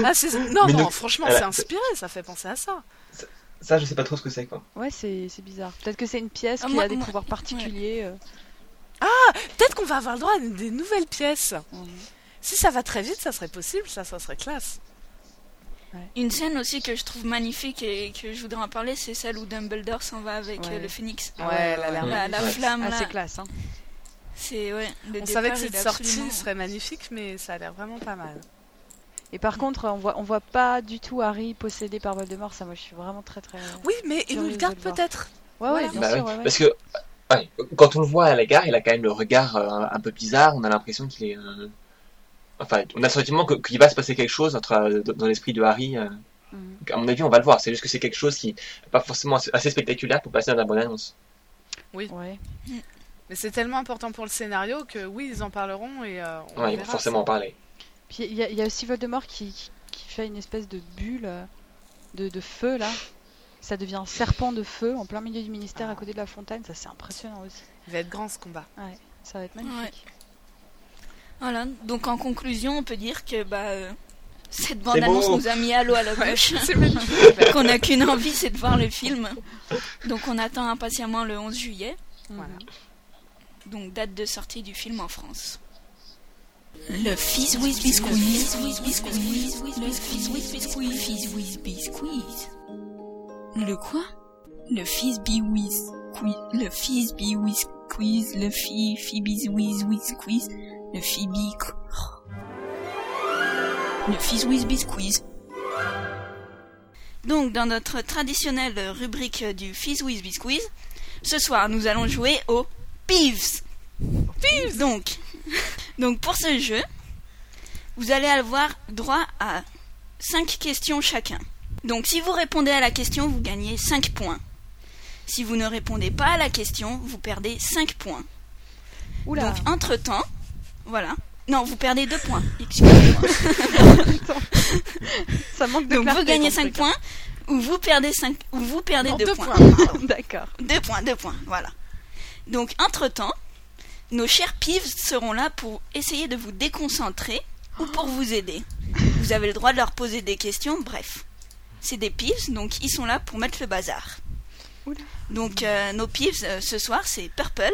S5: Ah, c'est- non,
S8: Mais
S5: non,
S8: nous-
S5: franchement,
S8: Voilà.
S5: c'est inspiré, ça fait penser à ça.
S8: Ça, je sais pas trop ce que c'est, quoi.
S4: Ouais, c'est c'est bizarre. Peut-être que c'est une pièce
S3: Ah,
S4: qui
S3: moi-
S4: a des
S3: moi-
S4: pouvoirs particuliers. euh.
S5: Peut-être qu'on va avoir le droit à des nouvelles pièces.
S4: Mhm.
S5: Si ça va très vite, ça serait possible, ça, ça serait classe.
S3: Une scène aussi que je trouve magnifique et que je voudrais en parler, c'est celle où Dumbledore s'en va avec
S4: Ouais.
S3: euh, le phénix. Euh,
S5: Ah ouais, la larme.
S3: La, la
S8: Ouais.
S3: flamme,
S4: Ah,
S3: là.
S4: c'est classe. Hein.
S3: C'est ouais. Le
S5: On savait que
S3: départ, il
S5: cette
S3: est
S5: sortie
S3: absolument-
S5: serait magnifique, mais ça a l'air vraiment pas mal.
S4: Et par contre, on voit, on voit pas du tout Harry possédé par Voldemort. Ça, moi, je suis vraiment très, très.
S5: Oui, mais il nous le
S4: Curieux
S5: garde
S4: de le voir.
S5: peut-être.
S4: Ouais, ouais,
S5: Voilà.
S4: bien
S8: Bah
S4: sûr.
S8: oui,
S4: ouais, ouais.
S8: Parce que ouais, quand on le voit à la gare, il a quand même le regard euh, un peu bizarre. On a l'impression qu'il est. euh, Enfin, on a le sentiment que- qu'il va se passer quelque chose entre, euh, dans dans l'esprit de Harry. euh.
S4: Mhm.
S8: À mon avis, on va le voir. C'est juste que c'est quelque chose qui n'est pas forcément assez, assez spectaculaire pour passer dans la bonne annonce.
S4: Ouais.
S5: Mais c'est tellement important pour le scénario que oui, ils en parleront et euh, on
S8: Ouais, ils vont
S5: verra
S8: forcément en
S5: ça.
S8: parler.
S4: Puis il y, a- il y a aussi Voldemort qui, qui, qui fait une espèce de bulle euh, de, de feu là. Ça devient un serpent de feu en plein milieu du ministère à côté de la fontaine. Ça, c'est impressionnant aussi.
S5: Il va être grand ce combat.
S4: Ça va être magnifique.
S3: Voilà. Donc en conclusion, on peut dire que bah euh, cette
S8: C'est
S3: bande annonce
S8: beau.
S3: nous a mis à l'eau à la bouche.
S5: C'est magnifique.
S3: qu'on n'a qu'une envie, c'est de voir le film. Donc on attend impatiemment le 11 juillet,
S5: Voilà.
S3: donc date de sortie du film en France. Le Fizz with Biscuit. Fizz with Biscuit. Le Fizz with Biscuit. Fizz with Biscuit. Le quoi Le Fizz be with quiz. Le Fizz be with quiz. Le fi Phoebe's with with quiz. Le Phoebe. Le Fizz with Biscuit. Donc, dans notre traditionnelle rubrique du Fizz with Bisquiz, ce soir nous allons jouer au Peeves. Peeves donc. donc, pour ce jeu, vous allez avoir droit à 5 questions chacun. Donc, si vous répondez à la question, vous gagnez 5 points. Si vous ne répondez pas à la question, vous perdez 5 points.
S4: Oula.
S3: Donc, entre-temps, voilà. Non, vous perdez 2 points. Excusez-moi.
S4: Ça manque de
S3: Donc,
S4: clarté,
S3: vous gagnez
S4: ton
S3: 5
S4: truc.
S3: points ou vous perdez, 5, ou vous perdez
S5: Non,
S3: 2
S5: deux
S3: points.
S4: D'accord.
S3: Deux points, deux points, voilà. Donc, entre-temps, nos chers pives seront là pour essayer de vous déconcentrer ou pour vous aider. Vous avez le droit de leur poser des questions, bref. C'est des pives, donc ils sont là pour mettre le bazar.
S4: Oula.
S3: Donc, euh, nos pives euh, ce soir, c'est Purple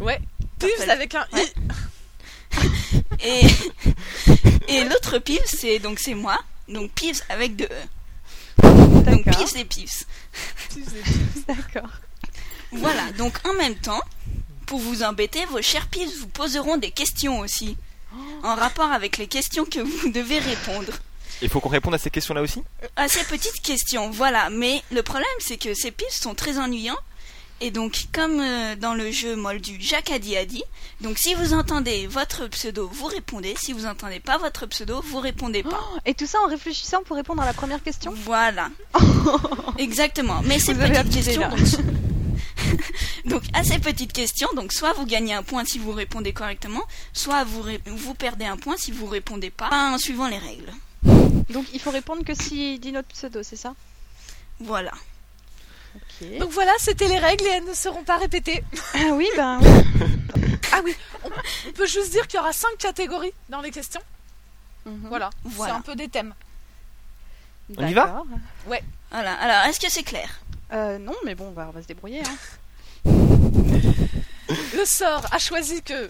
S5: Ouais. Pives avec un i.
S3: et, et l'autre pive, c'est donc c'est moi. Donc, pives avec deux E. Donc,
S4: D'accord.
S3: pives et pives.
S5: Pives et
S4: D'accord.
S3: Voilà, donc en même temps, pour vous embêter, vos chers pives vous poseront des questions aussi, en rapport avec les questions que vous devez répondre.
S2: Il faut qu'on réponde à ces questions-là aussi
S3: À ces petites questions, voilà, mais le problème c'est que ces pives sont très ennuyants Et donc, comme euh, dans le jeu moldu Jacques a dit a dit, donc si vous entendez votre pseudo, vous répondez. Si vous entendez pas votre pseudo, vous répondez pas.
S4: Et tout ça en réfléchissant pour répondre à la première question
S3: Voilà. Exactement. Mais ces
S4: Vous avez
S3: petites
S4: abusé,
S3: questions.
S4: là.
S3: Donc, donc, à ces petites questions, donc soit vous gagnez un point si vous répondez correctement, soit vous, ré- vous perdez un point si vous répondez pas en suivant les règles.
S4: Donc il faut répondre que si dit notre pseudo, c'est ça
S3: Voilà.
S4: Ok.
S5: Donc voilà, c'était les règles et elles ne seront pas répétées.
S4: Ah oui, ben oui.
S5: Ah oui, on, on peut juste dire qu'il y aura cinq catégories dans les questions.
S4: Mhm.
S5: Voilà,
S3: Voilà.
S5: c'est un peu des thèmes.
S2: On y va
S4: D'accord.
S3: Voilà. Alors, est-ce que c'est clair
S4: Euh, Non, mais bon, on va, on va se débrouiller. hein.
S5: Le sort a choisi que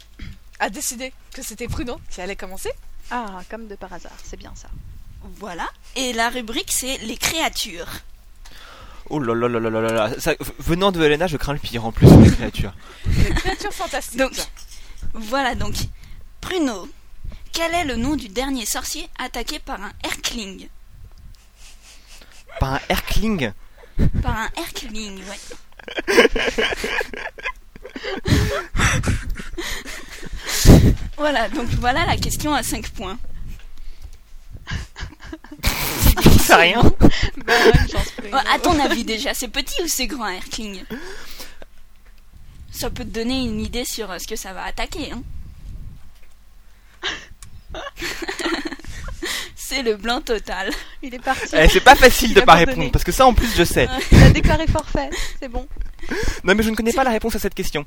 S5: a décidé que c'était Bruno qui allait commencer.
S4: Ah, comme de par hasard, c'est bien ça.
S3: Voilà. Et la rubrique, c'est les créatures.
S2: Oh là là là là là là là. Ça- v- venant de Helena, je crains le pire en plus sur les créatures.
S5: Les créatures fantastiques.
S3: Donc, voilà donc. Pruno, quel est le nom du dernier sorcier attaqué par un Erkling
S2: Par un Erkling
S3: Par un Erkling, ouais. voilà, donc voilà la question à 5 points.
S2: C'est rien
S4: Bah, Oh,
S3: Ouais, Oh, à ton avis déjà, c'est petit ou c'est grand un Erkling Ça peut te donner une idée sur euh, ce que ça va attaquer. Hein c'est le blanc total.
S4: Il est parti.
S2: Eh, C'est pas facile
S4: Il
S2: de
S4: a Ah.
S2: pas
S4: abandonné.
S2: répondre parce que ça en plus je sais.
S4: Il a déclaré forfait. C'est bon.
S2: Non mais je ne connais pas la réponse à cette question.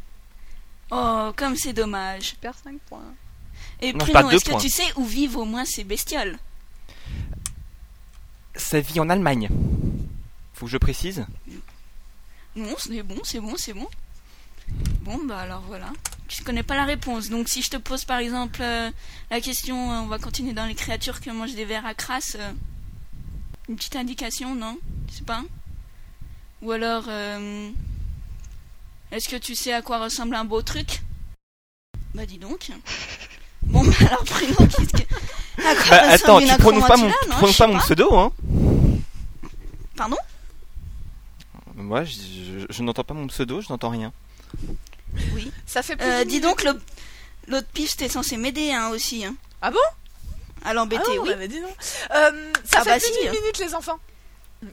S3: Oh, comme c'est dommage.
S4: Super 5 points.
S3: Et
S2: Non, je
S3: Pruno,
S2: parle de
S3: est-ce que
S2: points.
S3: tu sais où vivent au moins ces bestioles
S2: Ça vit en Allemagne. Faut que je précise.
S3: Non, c'est bon, c'est bon, c'est bon. Bon, bah alors voilà. Tu connais pas la réponse. Donc si je te pose par exemple euh, la question, euh, on va continuer dans les créatures que mangent des vers à crasse. euh, une petite indication, non Je sais pas. Ou alors, euh, est-ce que tu sais à quoi ressemble un beau truc Bah dis donc. Bon, bah alors Pruno, qu'est-ce que... À quoi ressemble
S2: Bah attends,
S3: une
S2: tu prononces pas mon,
S3: acromantula,
S2: tu
S3: non
S2: prononces
S3: Je sais
S2: pas mon pseudo hein
S3: Pardon
S2: Moi je, je- je n'entends pas mon pseudo, je n'entends rien.
S5: ça fait plus
S3: Euh,
S5: d'une
S3: dis donc, le- l'autre piste est censé m'aider hein, aussi. hein.
S5: Ah bon
S3: À l'embêter,
S5: Ah non,
S3: oui.
S5: on avait dit non. Euh, ça
S3: Ah
S5: fait
S3: bah
S5: plus
S3: si,
S5: d'une
S3: hein.
S5: minute, les enfants.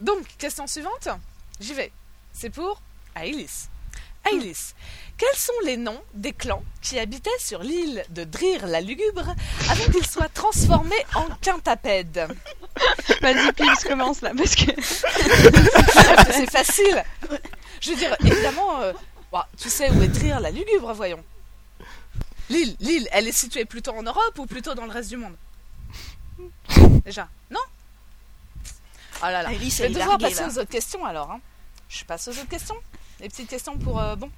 S5: Donc, question suivante. J'y vais. C'est pour Aélis. Aélis, quels sont les noms des clans qui habitaient sur l'île de Drir la Lugubre avant qu'ils soient transformés en quintapèdes
S4: Vas-y, Pips, commence là. Parce que.
S5: Ah, C'est facile Je veux dire, évidemment, euh, bah, tu sais où est Drir la Lugubre, voyons. L'île, l'île, elle est située plutôt en Europe ou plutôt dans le reste du monde Déjà, non Oh là là.
S3: Alice,
S5: Je vais
S3: elle est
S5: devoir
S3: larguée,
S5: passer
S3: là.
S5: aux autres questions alors. hein. Je passe aux autres questions. Les petites questions pour. euh, bon.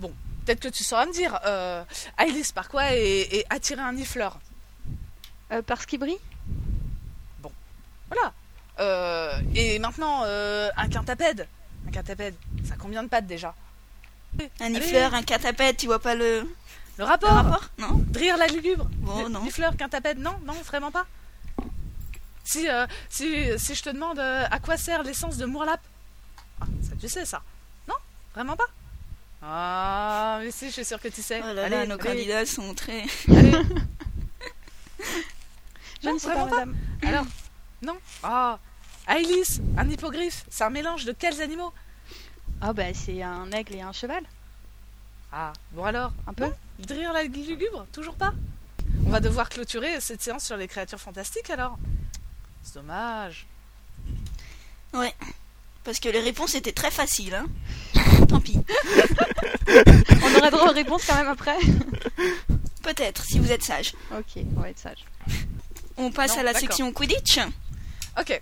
S5: Bon, peut-être que tu sauras me dire, euh, Alice, par quoi est, est attiré un nifleur
S4: Euh, parce qu'il brille
S5: Voilà. Euh, et maintenant, euh, un quintapède. Un quintapède, ça a combien de pattes déjà
S3: Un nifleur, un catapète, tu vois pas le,
S5: Le
S3: le
S5: rapport
S3: rapport Non
S5: Drir la lugubre
S3: Bon,
S5: Ni-
S3: non.
S5: Nifleur, quintapède Non, non, vraiment pas si, euh, si, si je te demande euh, à quoi sert l'essence de Mourlap Ah, ça tu sais ça Non Vraiment pas Ah, mais si, je suis sûre que tu sais.
S3: Oh là là,
S5: Allez,
S3: nos
S5: allez,
S3: candidats sont très.
S5: allez.
S4: Je
S5: Non,
S4: ne sais pas,
S5: vraiment pas.
S4: madame.
S5: Alors Non Ah Ailis, un hippogriffe, c'est un mélange de quels animaux
S4: Ah, bah, c'est un aigle et un cheval,
S5: Ah, bon alors
S4: un peu.
S5: Drir la lugubre Toujours pas On va devoir clôturer cette séance sur les créatures fantastiques alors C'est dommage
S3: Parce que les réponses étaient très faciles, hein. Tant pis.
S4: On aura droit aux réponses quand même après.
S3: Peut-être, si vous êtes sage.
S4: ok, on va être sage.
S3: On passe
S5: Non,
S3: à la
S5: d'accord.
S3: section Quidditch.
S5: Ok.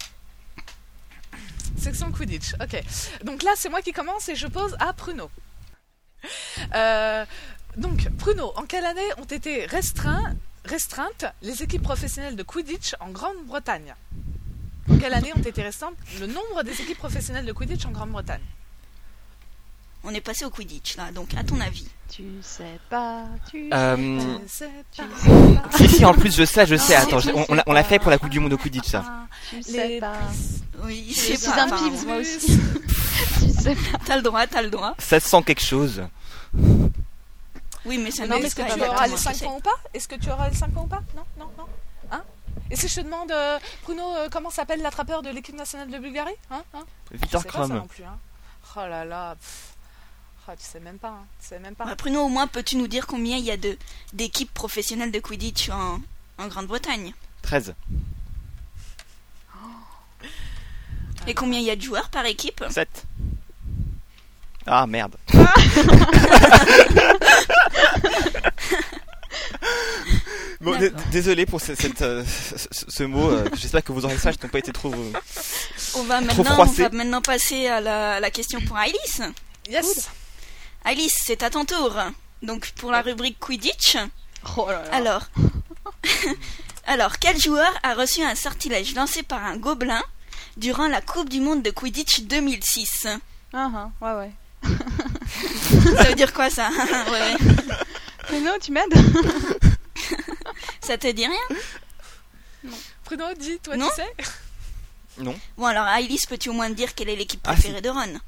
S5: Section Quidditch. Ok. Donc là, c'est moi qui commence et je pose à Pruno. Euh, donc, Pruno, en quelle année ont été restreints- restreintes les équipes professionnelles de Quidditch en Grande-Bretagne En quelle année ont été restreintes le nombre des équipes professionnelles de Quidditch en Grande-Bretagne
S3: On est passé au Quidditch, là, donc à ton avis.
S4: Tu sais pas, tu.
S2: Euh,
S5: Je sais
S4: tu
S5: pas.
S4: sais pas,
S2: si si en plus je sais, je sais.
S4: Ah,
S2: Attends,
S4: je
S2: j'ai- on,
S4: sais
S2: on l'a- on l'a fait
S4: pas.
S2: pour la Coupe du Monde au Quidditch ça.
S4: tu sais
S5: Les
S4: pas.
S5: plus-
S3: Oui,
S4: Je
S3: c'est
S4: suis
S3: pas.
S4: un
S3: pardon.
S4: pibs,
S5: plus-
S4: moi aussi. Tu sais C'est pas-
S3: T'as le droit, t'as le droit.
S9: Ça sent quelque chose.
S3: Oui, mais ça
S5: Non, mais
S3: n'empêche
S5: est-ce que
S3: pas.
S5: tu
S3: exactement
S5: auras les
S3: ce que
S5: 5
S3: c'est.
S5: points ou pas Est-ce que tu auras les 5 points ou pas Non, non, non. Hein Et si je te demande, euh, Bruno, euh, comment s'appelle l'attrapeur de l'équipe nationale de Bulgarie Hein Hein Je
S9: Victor
S5: sais pas ça
S9: Krum.
S5: non plus. Hein. Oh là là. pff. Oh, tu sais même pas. hein. Tu sais même pas.
S3: Bah, Bruno, au moins, peux-tu nous dire combien il y a de d'équipes professionnelles de Quidditch en, en Grande-Bretagne
S9: 13.
S3: Et combien il y a de joueurs par équipe
S9: 7. Ah merde. Bon, d-
S3: D'accord.
S9: désolé pour ce, cette, euh, ce- ce- ce mot. euh, J'espère que vos enrichissages n'ont pas été trop. euh,
S3: On va
S9: Trop
S3: maintenant, on
S9: froissé.
S3: va maintenant passer à la, à la question pour Alice.
S5: Yes
S3: Alice, c'est à ton tour. Donc pour la rubrique Quidditch.
S4: Oh là là.
S3: Alors, alors quel joueur a reçu un sortilège lancé par un gobelin durant la Coupe du Monde de Quidditch 2006
S4: Ah, ah, ouais, ouais.
S3: Ça veut dire quoi ça Ouais, ouais.
S4: Bruno, tu m'aides
S3: Ça te dit rien
S5: Bruno, dis, toi,
S3: Non
S5: tu sais
S3: Bon alors Alice, peux-tu au moins me dire quelle est l'équipe
S9: Ah,
S3: préférée de Ron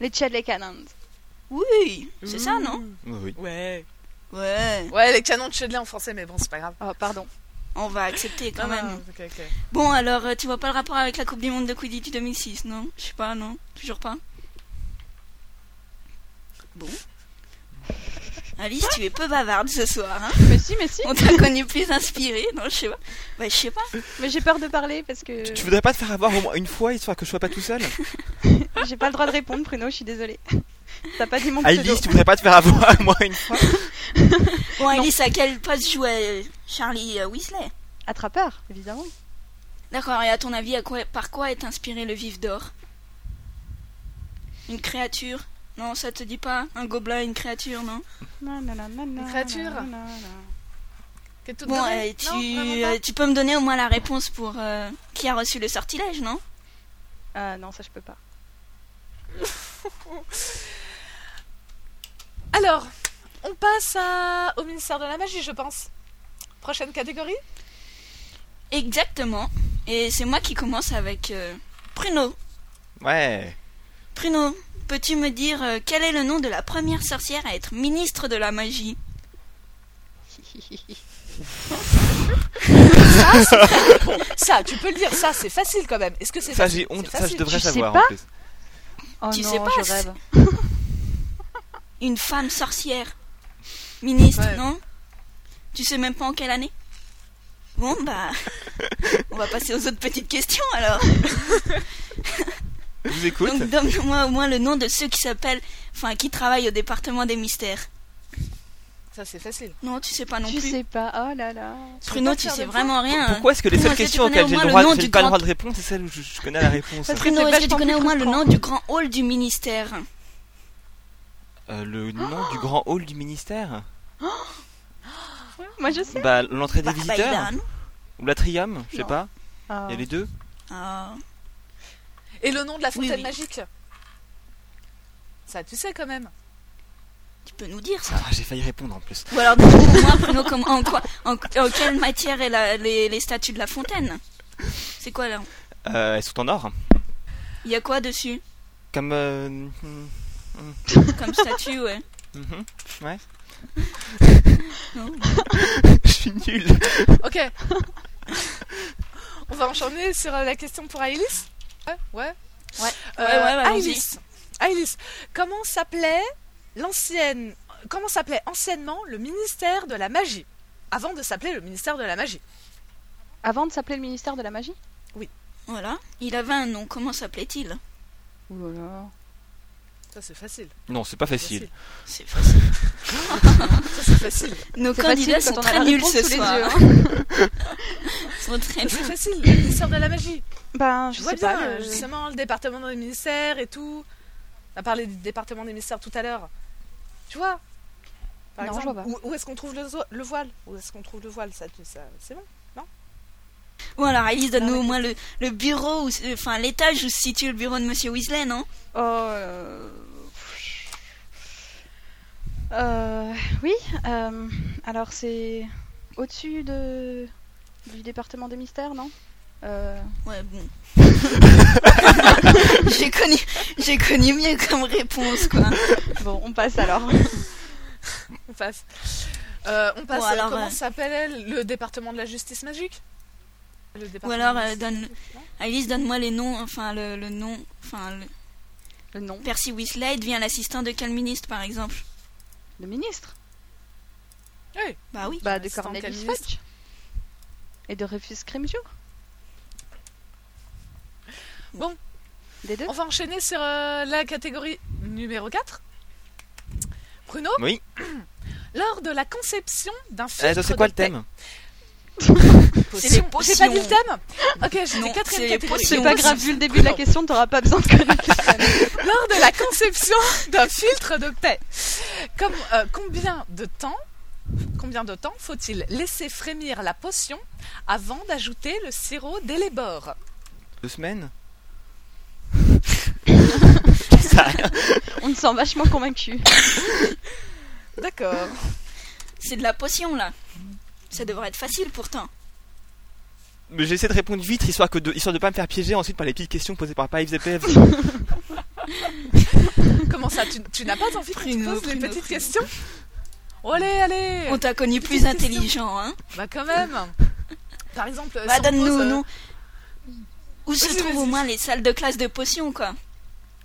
S4: Les Chad les Cannons.
S3: Oui, c'est ça non
S9: Oui.
S5: Mmh. Ouais.
S3: Ouais,
S5: Ouais, les canons de Chedley en français, mais bon, c'est pas grave.
S4: Oh, pardon.
S3: on va accepter quand
S5: Non, non,
S3: même.
S5: ok, ok.
S3: Bon alors, euh, tu vois pas le rapport avec la Coupe du Monde de Quidditch 2006, non Je sais pas, non Toujours pas Bon. Alice, tu es peu bavarde ce soir, hein
S4: Mais si, mais si.
S3: On t'a connu plus inspirée, non Je sais pas. Bah, je sais pas.
S4: Mais j'ai peur de parler parce que
S9: Tu, tu voudrais pas te faire avoir au moins une fois histoire que je sois pas tout seul
S4: j'ai pas le droit de répondre, Bruno, je suis désolée. T'as pas dit mon pseudo.
S9: Alice, tu voudrais pas te faire avoir au moins une fois
S3: Bon, Alice, à quelle place jouait euh, Charlie euh, Weasley
S4: Attrapeur, évidemment.
S3: D'accord, et à ton avis, à quoi, par quoi est inspiré le vif d'or Une créature Non, ça te dit pas Un gobelin, une créature, non
S4: Une
S5: créature. T'es toute
S3: Bon,
S5: dorée
S3: euh, tu,
S5: Non, vraiment pas
S3: euh, tu peux me donner au moins la réponse pour euh, qui a reçu le sortilège, non
S4: Ah non, ça je peux pas.
S5: Alors, on passe à- au ministère de la magie, je pense. Prochaine catégorie
S3: Exactement. Et c'est moi qui commence avec euh, Pruno.
S9: Ouais.
S3: Pruno, peux-tu me dire euh, quel est le nom de la première sorcière à être ministre de la magie
S5: Ça, tu peux le dire, ça, c'est facile quand même. Est-ce que c'est
S9: Ça,
S5: facile
S9: j'ai honte.
S5: C'est
S9: Ça, je
S5: facile.
S9: devrais
S4: Tu sais
S9: savoir
S4: pas
S9: en plus.
S4: Oh
S3: Tu
S4: non,
S3: sais pas,
S4: je
S3: c'est-
S4: rêve.
S3: Une femme sorcière ministre,
S5: Ouais.
S3: non Tu sais même pas en quelle année Bon, bah. on va passer aux autres petites questions alors.
S9: Je vous écoute.
S3: Donc, donne-moi au moins le nom de ceux qui s'appellent. Enfin, qui travaillent au département des mystères.
S5: Ça, c'est facile.
S3: Non, tu sais pas non
S4: tu
S3: plus.
S4: sais pas. Oh là là.
S3: Pruno,
S5: pas
S3: tu
S5: faire
S3: sais
S5: de
S3: vraiment rien. hein.
S9: Pourquoi est-ce que les
S3: Comment
S9: seules
S3: est-ce que tu
S9: questions
S3: connais
S9: auxquelles
S3: au
S9: j'ai
S3: moins
S9: le
S3: le
S9: droit,
S3: nom
S9: j'ai
S3: du
S9: pas le
S3: grand-
S9: droit de répondre, c'est celle où je, je connais la réponse
S4: Parce que
S3: Pruno,
S4: c'est
S3: est-ce que tu
S4: vachement
S3: connais
S4: plus
S3: au moins le
S4: frustrant.
S3: nom du grand hall du ministère
S9: Euh, le nom du grand hall du ministère
S4: Moi je sais.
S9: Bah, l'entrée des
S3: Bah, bah, il
S9: visiteurs
S3: a un nom.
S9: Ou l'atrium Je sais
S4: Non.
S9: pas.
S4: Ah.
S9: Il y a les deux.
S3: Ah.
S5: Et le nom de la fontaine
S3: oui.
S5: magique Ça, tu sais quand même.
S3: Tu peux nous dire ça
S9: Ah, j'ai failli répondre en plus.
S3: Ou alors, dis-nous au moins, Bruno, comment- en, quoi, en, en quelle matière est la- les, les statues de la fontaine C'est quoi là
S9: Euh, elles sont en or.
S3: Il y a quoi dessus
S9: Comme. euh, hmm,
S3: Comme statue, ouais.
S9: mhm. Ouais.
S3: Non.
S9: je suis nul.
S5: Ok. on va enchaîner sur euh, la question pour Ailis Ouais. Ouais.
S3: Ouais.
S5: Euh,
S3: Ouais, ouais, allons-y.
S5: Ailis. Ailis, comment s'appelait l'ancienne. Comment s'appelait anciennement le ministère de la magie Avant de s'appeler le ministère de la magie.
S4: Avant de s'appeler le ministère de la magie
S3: Voilà. Il avait un nom, comment s'appelait-il
S4: Oh là là.
S5: Ça, c'est facile.
S9: Non, c'est pas facile.
S3: C'est facile.
S5: Ça, c'est facile.
S3: Nos
S4: C'est
S3: candidats sont
S4: facile quand on a
S3: très
S4: la
S3: nuls
S4: réponse
S3: ce
S4: sous les
S3: soir.
S4: yeux, hein.
S3: Ils sont très
S5: c'est
S3: nuls.
S5: facile. Le ministère de la magie.
S4: Ben,
S5: Je
S4: je
S5: vois
S4: sais
S5: bien,
S4: pas.
S5: euh,
S4: euh,
S5: justement, le département des ministères et tout. On a parlé du département des ministères tout à l'heure. Tu vois Par
S4: Non, je
S5: exemple,
S4: vois pas.
S5: Où, où est-ce qu'on trouve le, zo- le voile Où est-ce qu'on trouve le voile Ça, tu- ça c'est bon.
S3: Ou alors, Alice, donne-nous
S5: Ah,
S3: au moins le, le bureau, où se- enfin l'étage où se situe le bureau de Monsieur Weasley, non
S4: Oh. euh, pff. Euh, oui. euh, alors c'est au-dessus de du département des mystères, non Euh,
S3: Ouais, bon. j'ai connu, j'ai connu mieux comme réponse, quoi.
S4: Bon, on passe alors.
S5: On passe. Euh, on passe.
S3: Ou
S5: euh,
S3: alors,
S5: comment
S3: euh,
S5: s'appelle le département de la justice magique Le département
S3: alors,
S5: de la
S3: euh, donne-
S5: justice- non
S3: Alice, donne-moi les noms, enfin, le, le nom, enfin, le-
S4: Le nom,
S3: Percy Weasley devient l'assistant de quel ministre, par exemple
S4: le ministre
S3: Bah oui.
S4: Bah, de
S5: Assistant
S4: Cornelius
S5: ministre.
S4: Fudge. Et de Rufus Scrimgeour.
S5: Bon.
S4: Des deux
S5: On va enchaîner sur euh, la catégorie numéro 4. Bruno
S9: Oui.
S5: Lors de la conception d'un film.
S9: Eh, ça, c'est quoi le thème
S5: J'ai
S3: C'est les
S5: pas dit
S3: potions.
S5: le thème Ok,
S3: Non,
S5: j'étais quatrième
S3: c'est les
S5: catégorie.
S3: potions.
S4: C'est pas grave, vu le début de la question, t'auras pas besoin de connaître.
S5: Lors de la conception d'un filtre de paix, comme, euh, combien de temps, combien de temps faut-il laisser frémir la potion avant d'ajouter le sirop dès les bords
S9: Deux semaines
S4: On se sent vachement convaincu.
S5: D'accord.
S3: C'est de la potion, là. Ça devrait être facile, pourtant.
S9: Mais j'essaie de répondre vite histoire que de, histoire de pas me faire piéger ensuite par les petites questions posées par Pives et Pev.
S5: Comment ça Tu, tu n'as pas envie qu'on te
S3: Pruneau,
S5: pose les
S3: pruneau,
S5: petites
S3: pruneau.
S5: questions Oh, Allez, allez
S3: On t'a connu plus intelligent, hein
S5: Bah quand même Par exemple,
S3: Bah,
S5: si on
S3: donne-nous,
S5: pose, euh,
S3: nous. Où se
S5: Vas-y,
S3: trouvent au
S5: vas-y.
S3: moins les salles de classe de potions, quoi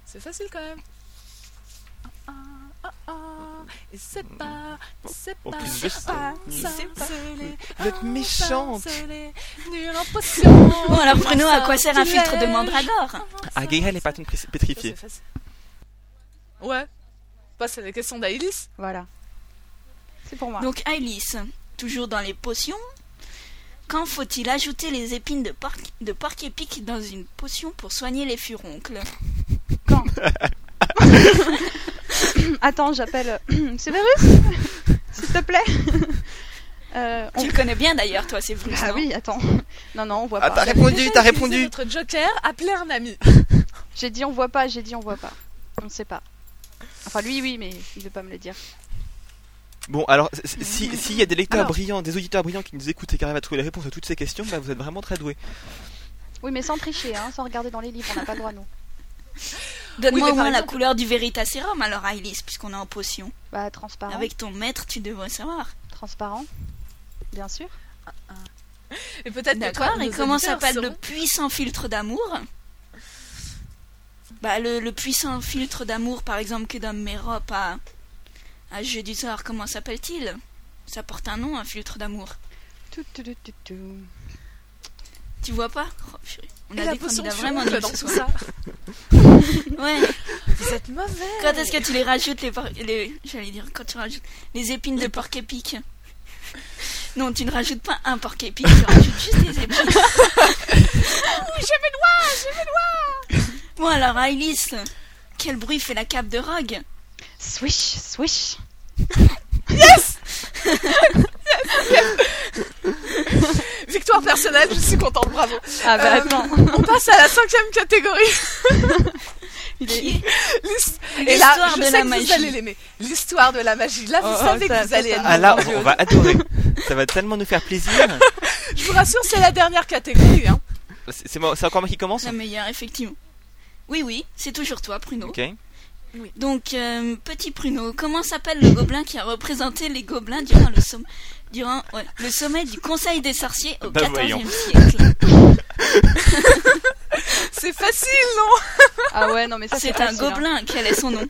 S5: C'est facile quand même. Ah, ah, ah, ah. Et c'est pas, c'est
S9: En
S5: pas,
S9: plus,
S5: c'est
S9: je-
S5: pas,
S9: je-
S5: c'est pas.
S9: Vous êtes méchante
S5: Nul en potion.
S3: Bon, alors, Bruno, à quoi sert un
S5: Sortilège.
S3: filtre de mandragore
S9: Ah, Gaël est pas
S5: Ça,
S9: pétrifiée.
S5: c'est facile. Ouais. Bah, c'est la question d'Aïlis.
S4: Voilà. C'est pour moi.
S3: Donc Alice, toujours dans les potions, quand faut-il ajouter les épines de, porc de porc épic dans une potion pour soigner les furoncles
S4: Attends, j'appelle. Severus S'il te plaît Euh, on-
S3: Tu le connais bien d'ailleurs, toi, c'est Bruce.
S5: Bah
S4: Ah
S3: non
S4: oui, attends. Non, non, on voit
S9: Ah,
S4: pas.
S9: t'as répondu,
S5: Déjà
S9: t'as
S5: utilisé
S9: répondu
S5: Notre joker, appelez un ami.
S4: J'ai dit on voit pas, j'ai dit on voit pas. On sait pas. Enfin, lui, oui, mais il veut pas me le dire.
S9: Bon, alors, c- c- si- s'il y a des lecteurs
S5: Alors.
S9: brillants, des auditeurs brillants qui nous écoutent et qui arrivent à trouver les réponses à toutes ces questions, bah, vous êtes vraiment très doués.
S4: Oui, mais sans tricher, hein, sans regarder dans les livres, on n'a pas le droit, nous.
S3: Donne-moi
S5: Oui, mais par
S3: au moins la
S5: exemple-
S3: couleur du Veritaserum, alors Alice, puisqu'on est en potion.
S4: Bah, transparent.
S3: Avec ton maître, tu devrais savoir.
S4: Transparent, bien sûr.
S5: Et peut-être que toi,
S3: D'accord Et
S5: nos
S3: comment
S5: auditeurs
S3: s'appelle le
S5: sauront.
S3: puissant filtre d'amour Bah, le, le puissant filtre d'amour, par exemple, que donne Mérope à, à Jeu du sort, comment s'appelle-t-il Ça porte un nom, un filtre d'amour.
S4: Tout, tout, tout, tout, tout.
S3: Tu vois pas Oh, purée. On
S5: Et
S3: a
S5: la
S3: des
S5: potion
S3: candidats
S5: de
S3: vraiment
S5: furoncle
S3: nuls
S5: dans
S3: ce
S5: tout
S3: soir.
S5: ça.
S3: Ouais.
S5: Vous êtes mauvais.
S3: Quand est-ce que tu les rajoutes les, por- les- j'allais dire quand tu rajoutes les épines de porc épic Non, tu ne rajoutes pas un porc épic, tu rajoutes juste les épines. oui, je vais loin, je vais loin. Bon alors, Alice, quel bruit fait la cape de Rogue
S4: Swish, swish.
S5: Victoire personnelle, je suis contente, bravo.
S4: Ah bah
S5: Euh,
S4: attends.
S5: On passe à la cinquième catégorie.
S4: Il est-
S3: Qui est
S5: L'hist- Et là,
S3: l'histoire
S5: je
S3: de
S5: sais
S3: la
S5: que
S3: magie
S5: vous allez l'aimer. L'histoire de la magie. Là, vous
S4: Oh, oh,
S5: savez
S4: ça,
S5: que vous
S4: ça,
S5: allez
S4: ça.
S5: aimer.
S9: Ah là, on, on va adorer. Ça va tellement nous faire plaisir.
S5: Je vous rassure, c'est la dernière catégorie. Hein.
S9: C'est c'est moi- c'est encore moi qui commence
S3: La meilleure, effectivement. Oui, oui, c'est toujours toi, Pruneau.
S9: Ok.
S3: Donc, euh, petit Pruneau, comment s'appelle le gobelin qui a représenté les gobelins durant le, somm- durant, ouais, le sommet du Conseil des sorciers au
S9: Bah, voyons.
S3: XIVe siècle
S5: C'est facile, non
S4: Ah ouais, non, mais ça c'est
S3: C'est un
S4: facile, hein.
S3: gobelin, quel est son nom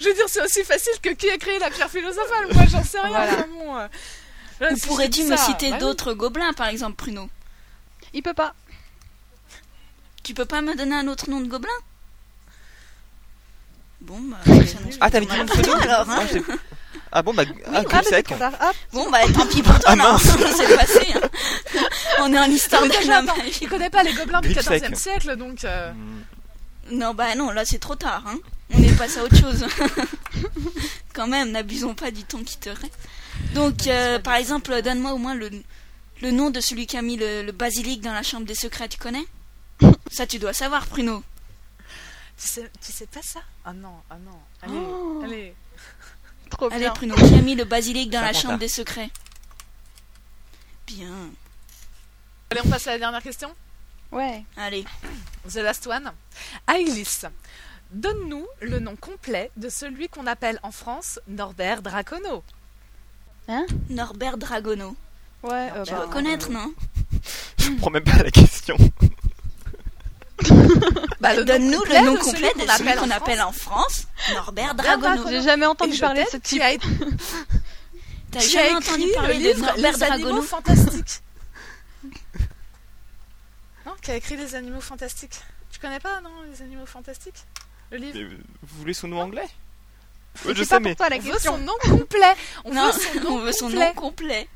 S5: Je veux dire, c'est aussi facile que qui a créé la pierre philosophale. Moi, j'en sais rien.
S4: Voilà.
S5: enfin, bon, euh, là,
S3: Ou
S5: si je
S3: pourrais-tu
S5: dis
S3: me
S5: ça,
S3: citer
S5: bah oui.
S3: d'autres gobelins, par exemple, Pruneau
S4: Il peut pas.
S3: Tu peux pas me donner un autre nom de gobelin Bon, bah, ça nous-
S9: Ah, t'avais dit
S3: Bah,
S9: une photo
S3: alors, hein.
S9: Ah, j'ai- Ah bon, bah, ah,
S4: Ah,
S9: cul
S4: mais
S9: sec.
S4: d'accord, hop.
S3: Bon, bah, tant pis pour toi,
S9: Ah,
S3: non,
S9: mince.
S3: c'est passé. hein. On est en histoire
S5: Mais
S3: de
S5: déjà,
S3: la
S5: attends,
S3: magie.
S5: Il connaît pas les gobelins du
S9: Griffe sec.
S5: 14e siècle, donc. euh,
S9: Hmm.
S3: Non, bah non, là c'est trop tard. Hein. On est passé à autre chose. Quand même, n'abusons pas du temps qui te reste. Donc, euh, par exemple, donne-moi au moins le, le nom de celui qui a mis le, le basilic dans la chambre des secrets, tu connais Ça, tu dois savoir, Pruno.
S5: Tu, sais, tu sais pas ça Ah non, ah non. Allez,
S4: Oh.
S5: allez.
S4: Trop
S3: Allez,
S4: bien.
S3: Pruno, qui a mis le basilic dans la
S9: Samantha.
S3: chambre des secrets Bien.
S5: Allez, on passe à la dernière question.
S4: Ouais.
S3: Allez.
S5: The last one. Ailis, donne-nous le nom complet de celui qu'on appelle en France Norbert Dracono.
S3: Norbert Dragono.
S4: Ouais, euh, bah.
S3: Tu dois
S5: euh,
S3: connaître, non
S9: Je prends même pas la question.
S5: Bah, le nom
S3: Donne-nous
S5: complet
S3: le nom
S5: de celui
S3: complet de
S5: qu'on
S3: celui
S5: appelle
S3: qu'on
S5: en France.
S3: appelle
S5: Bah,
S3: en France Norbert
S5: Dragono.
S3: Dragono.
S4: J'ai jamais
S5: Et
S4: entendu
S5: je
S4: parler de
S5: t'aide,
S4: ce
S5: qui
S4: type.
S5: a, qui
S3: T'as
S5: a
S3: jamais
S5: écrit
S3: entendu
S5: le
S3: parler de
S5: livre
S3: Norbert
S5: Les Animaux
S3: Dragono
S5: Fantastiques. non, qui a écrit Les Animaux Fantastiques. Tu connais pas, non, Les Animaux Fantastiques Le livre
S9: Mais, euh, Vous voulez son nom anglais Ouais, Je
S4: C'est
S9: sais,
S4: pas pour
S9: mais
S4: toi la
S5: On veut son
S4: question.
S5: nom complet. On
S3: Non,
S5: veut son nom
S3: on veut son
S5: complet.
S3: nom complet.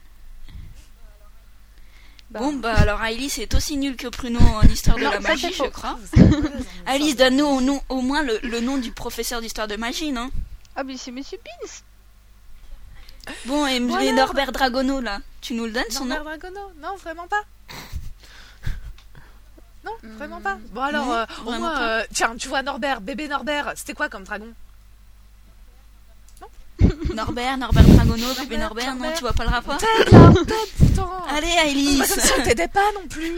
S4: Bah.
S3: Bon, bah alors Alice est aussi nulle que Pruno en histoire de
S4: Non,
S3: la
S4: ça, c'est
S3: magie, je
S4: faux.
S3: crois.
S5: Vous avez raison.
S3: Alice, donne-nous au, nom- au moins le, le nom du professeur d'histoire de magie, non
S4: Ah, mais c'est Monsieur Beans.
S3: Bon, et
S5: Voilà.
S3: les Norbert Dragono, là, tu nous le donnes son
S5: Norbert
S3: nom
S5: Dragono Non, vraiment pas. Non,
S4: Hmm.
S5: vraiment pas. Bon alors,
S3: Non,
S5: euh, au
S3: vraiment
S5: moins,
S3: pas.
S5: euh, tiens, tu vois Norbert, bébé Norbert, c'était quoi comme dragon
S3: Norbert, Norbert Dragono, bébé
S5: Norbert,
S3: Norbert, non,
S5: Norbert.
S3: tu vois pas le rapport
S5: T'aides là, t'aides, putain
S3: Allez,
S5: C'est pas comme
S3: Alice
S5: si on t'aidait pas non plus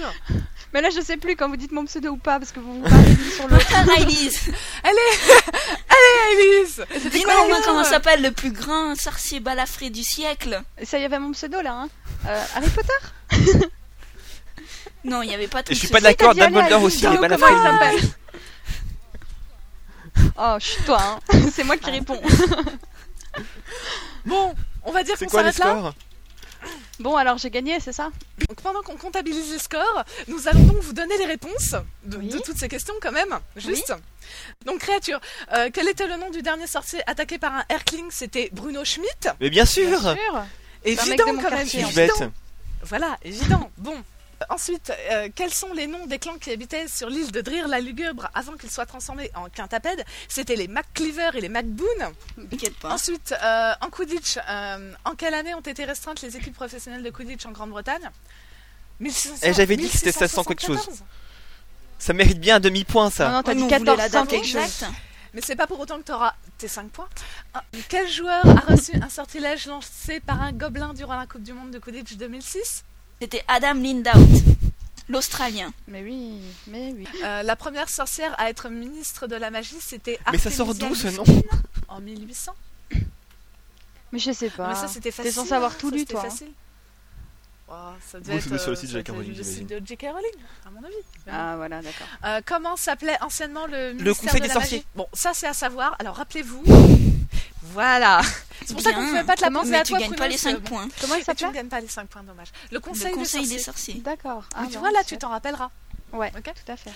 S4: Mais là, je sais plus quand vous dites mon pseudo ou pas parce que vous vous parlez l'une sur l'autre.
S3: Alice
S5: Allez Alice
S3: Dis-nous au moins comment s'appelle le plus grand sorcier balafré du siècle
S4: Ça y avait mon pseudo là. Hein. Euh, Harry Potter
S3: Non, il n'y avait pas tout
S9: Et je suis
S3: ce-
S9: pas d'accord,
S4: T'as dit allez,
S9: Dumbledore
S4: Alice,
S9: aussi, il est
S4: dis-nous
S9: pas la hein.
S4: comment il s'appelle. Oh, chut toi, hein. c'est moi qui réponds.
S5: Bon, on va dire
S9: C'est
S5: qu'on
S9: quoi les
S5: s'arrête là.
S9: scores
S4: Bon, alors j'ai gagné, c'est ça
S5: Donc pendant qu'on comptabilise les scores, nous allons donc vous donner les réponses de,
S4: Oui.
S5: de toutes ces questions quand même, juste. Donc créature, euh, quel était le nom du dernier sorcier attaqué par un Erkling C'était Bruno Schmidt.
S9: Mais bien sûr
S4: Bien sûr. un mec
S5: Évident
S4: de mon
S5: quand même,
S4: quartier,
S9: Je
S4: en
S9: suis bête.
S5: évident. Voilà, évident. Bon. Ensuite, euh, quels sont les noms des clans qui habitaient sur l'île de Drir la Lugubre avant qu'ils soient transformés en quintapèdes C'était les MacCleaver et les
S9: Hein?
S5: MacBoone.
S3: T'inquiète pas.
S5: Ensuite, euh, en Quidditch, euh, en quelle année ont été restreintes les équipes professionnelles de Quidditch en Grande-Bretagne 1600
S9: Eh, j'avais dit que c'était 1600 quelque chose.
S5: 1674.
S9: Ça mérite bien un demi-point,
S4: Non,
S9: ça.
S4: non,
S3: Ouais,
S4: t'as
S3: mais
S4: dit
S3: on voulait
S4: 14
S3: la
S4: 5
S3: date
S4: quelque chose.
S3: exacte.
S5: Mais c'est pas pour autant que tu auras tes 5 points. Ah, Quel joueur a reçu un sortilège lancé par un gobelin durant la Coupe du Monde de Quidditch 2006
S3: C'était Adam Lindout, l'Australien.
S4: Mais oui, mais oui.
S5: Euh, La première sorcière à être ministre de la magie, c'était
S9: Mais ça sort
S5: Artemisia
S9: d'où ce nom
S5: Lucifina, En 1800.
S4: Mais je sais
S5: Non,
S4: pas.
S5: Ah, mais ça c'était facile.
S4: Bah, T'es censé avoir
S5: hein,
S4: tout
S5: ça,
S4: lu,
S5: c'était
S4: toi, hein.
S5: facile. Wow, ça devait
S9: Oui,
S5: être
S9: c'était sur le
S5: euh,
S9: site de
S5: ça
S9: J.K.
S5: devait être
S9: Rowling,
S5: le site de J.K. Rowling, à mon avis.
S4: Ah voilà, d'accord.
S5: Euh, comment s'appelait anciennement le ministère
S9: Conseil
S5: de
S9: des
S5: la
S9: sorciers.
S5: magie Bon, ça c'est à savoir. Alors rappelez-vous. Voilà. C'est pour ça qu'on ne
S3: Bien.
S5: pouvait pas te la
S4: Comment-
S5: penser
S3: Mais
S5: à
S3: tu
S5: toi.
S3: gagnes pas
S5: Prudence,
S3: les
S5: euh,
S3: 5
S5: bon.
S3: points.
S4: Comment il
S5: Et tu ne
S4: s'appelle
S5: gagnes pas les 5 points, dommage. Le conseil,
S3: Le conseil
S5: des
S3: des
S5: sorciers.
S3: sorciers.
S4: D'accord. Ah,
S5: Oui, tu
S4: bah,
S5: vois, là, tu
S4: c'est-
S5: t'en rappelleras.
S4: Ouais,
S5: Ok.
S4: tout à fait.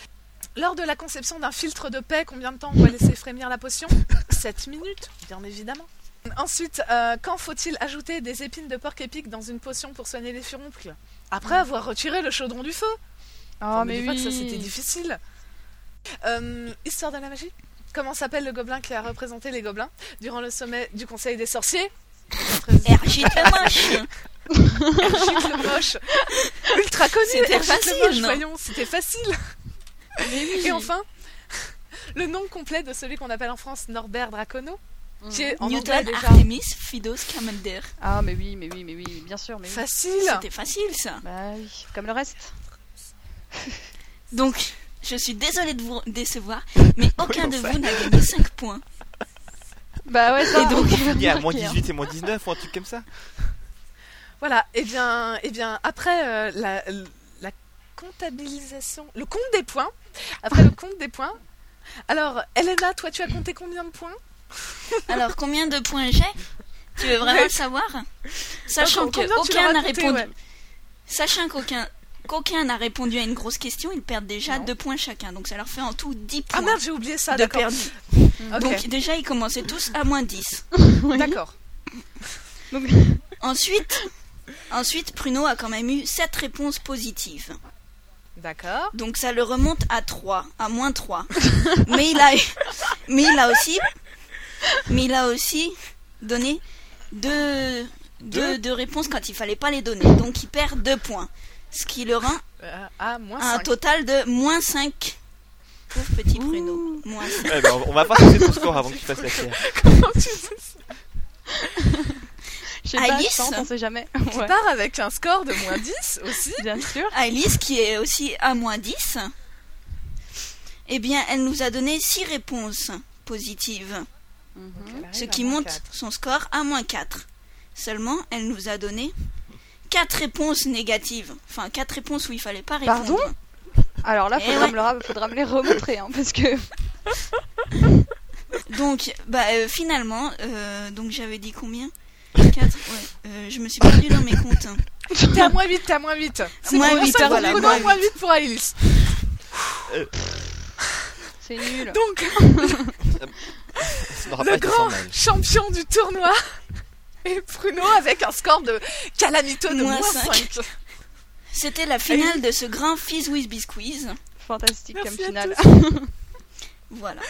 S5: Lors de la conception d'un filtre de paix, combien de temps on va laisser frémir la potion 7 minutes, bien évidemment. Ensuite, euh, quand faut-il ajouter des épines de porc épic dans une potion pour soigner les furoncles Après
S3: Mm.
S5: avoir retiré le chaudron du feu
S4: Oh,
S3: Ah,
S5: Enfin, me
S4: mais
S5: dis pas que ça,
S4: oui.
S5: c'était difficile. Euh, histoire de la magie Comment s'appelle le gobelin qui a représenté les gobelins durant le sommet du Conseil des sorciers
S3: Ergite le moche.
S5: Hergite le moche Ultra connu
S3: C'était
S5: Hergite le
S3: facile,
S5: moche,
S3: non
S5: voyons, c'était facile Et enfin, le nom complet de celui qu'on appelle en France Norbert Dracono, qui est en anglais
S3: Mm. Newton,
S5: déjà
S3: Artemis, Fidos, Camender.
S4: Ah, mais oui, mais oui, mais oui, bien sûr, mais oui.
S5: facile.
S3: C'était facile ça.
S4: Bah oui, comme le reste.
S3: Donc, je suis désolée de vous décevoir, mais aucun de vous n'a gagné 5 points.
S4: Bah ouais, ça.
S3: Et donc,
S4: on peut
S9: Il y a
S4: remarquer,
S9: moins
S4: hein.
S9: 18 et moins 19 ou un truc comme ça.
S5: Voilà, et bien, et bien après euh, la, la comptabilisation, le compte des points, après le compte des points, alors Elena, toi tu as compté combien de points
S3: Alors, combien de points j'ai Tu veux vraiment le savoir Sachant
S5: Combien tu
S3: qu'aucun
S5: l'auras
S3: n'a
S5: compté,
S3: répondu.
S5: ouais.
S3: Sachant qu'aucun qu'aucun n'a répondu à une grosse question, ils perdent déjà
S5: Non.
S3: 2 points chacun. Donc, ça leur fait en tout 10 points
S5: Ah merde, j'ai oublié ça,
S3: de
S5: d'accord.
S3: perdu.
S5: Ok,
S3: Donc, déjà, ils commençaient tous à moins 10.
S5: d'accord.
S3: Ensuite, ensuite, Pruno a quand même eu 7 réponses positives.
S5: D'accord.
S3: Donc ça le remonte à 3, à moins 3. mais, il a, mais il a aussi mais il a aussi donné deux, deux, deux réponses quand il fallait pas les donner. Donc il perd 2 points. Ce qui le rend
S5: Euh, à moins
S3: à un
S5: 5.
S3: total de moins 5. Pauvre petit Bruno. Moins cinq.
S9: Ouais, bah, on va pas passer ton score avant que tu fasses la pierre.
S4: Je Je sais pas,
S3: Alice
S4: je tente, on sait jamais.
S5: Qui
S4: Ouais,
S5: part avec un score de moins 10 aussi.
S4: bien sûr.
S3: Alice, Ah, qui est aussi à moins 10, eh bien, elle nous a donné 6 réponses positives,
S5: Mhm. Ah
S3: ce
S5: bah,
S3: qui monte son score à moins 4. Seulement, elle nous a donné 4 réponses négatives. Enfin, 4 réponses où il fallait pas répondre.
S4: Pardon Alors là,
S3: Eh
S4: faudra, me le ra- faudra me les remontrer, hein, parce que
S3: Donc, bah, euh, finalement, euh, donc j'avais dit combien 4 Ouais, euh, je me suis perdue dans mes comptes. hein.
S5: T'es à moins 8, t'es à moins 8. C'est
S3: Moins
S5: pour
S3: huit,
S5: ça,
S3: voilà,
S5: nous prenons
S3: moins
S5: moins
S3: huit.
S5: 8 pour Alice.
S4: c'est nul.
S5: Donc,
S9: Ça n'aura
S5: Le
S9: pas été
S5: grand
S9: sans mal.
S5: champion du tournoi et Bruno avec un score de calamito de
S3: Moins
S5: moins 5.
S3: cinq. C'était la finale de ce grand Fizz with Bisquiz.
S4: Fantastique
S5: Merci
S4: comme
S5: à
S4: finale.
S3: Voilà.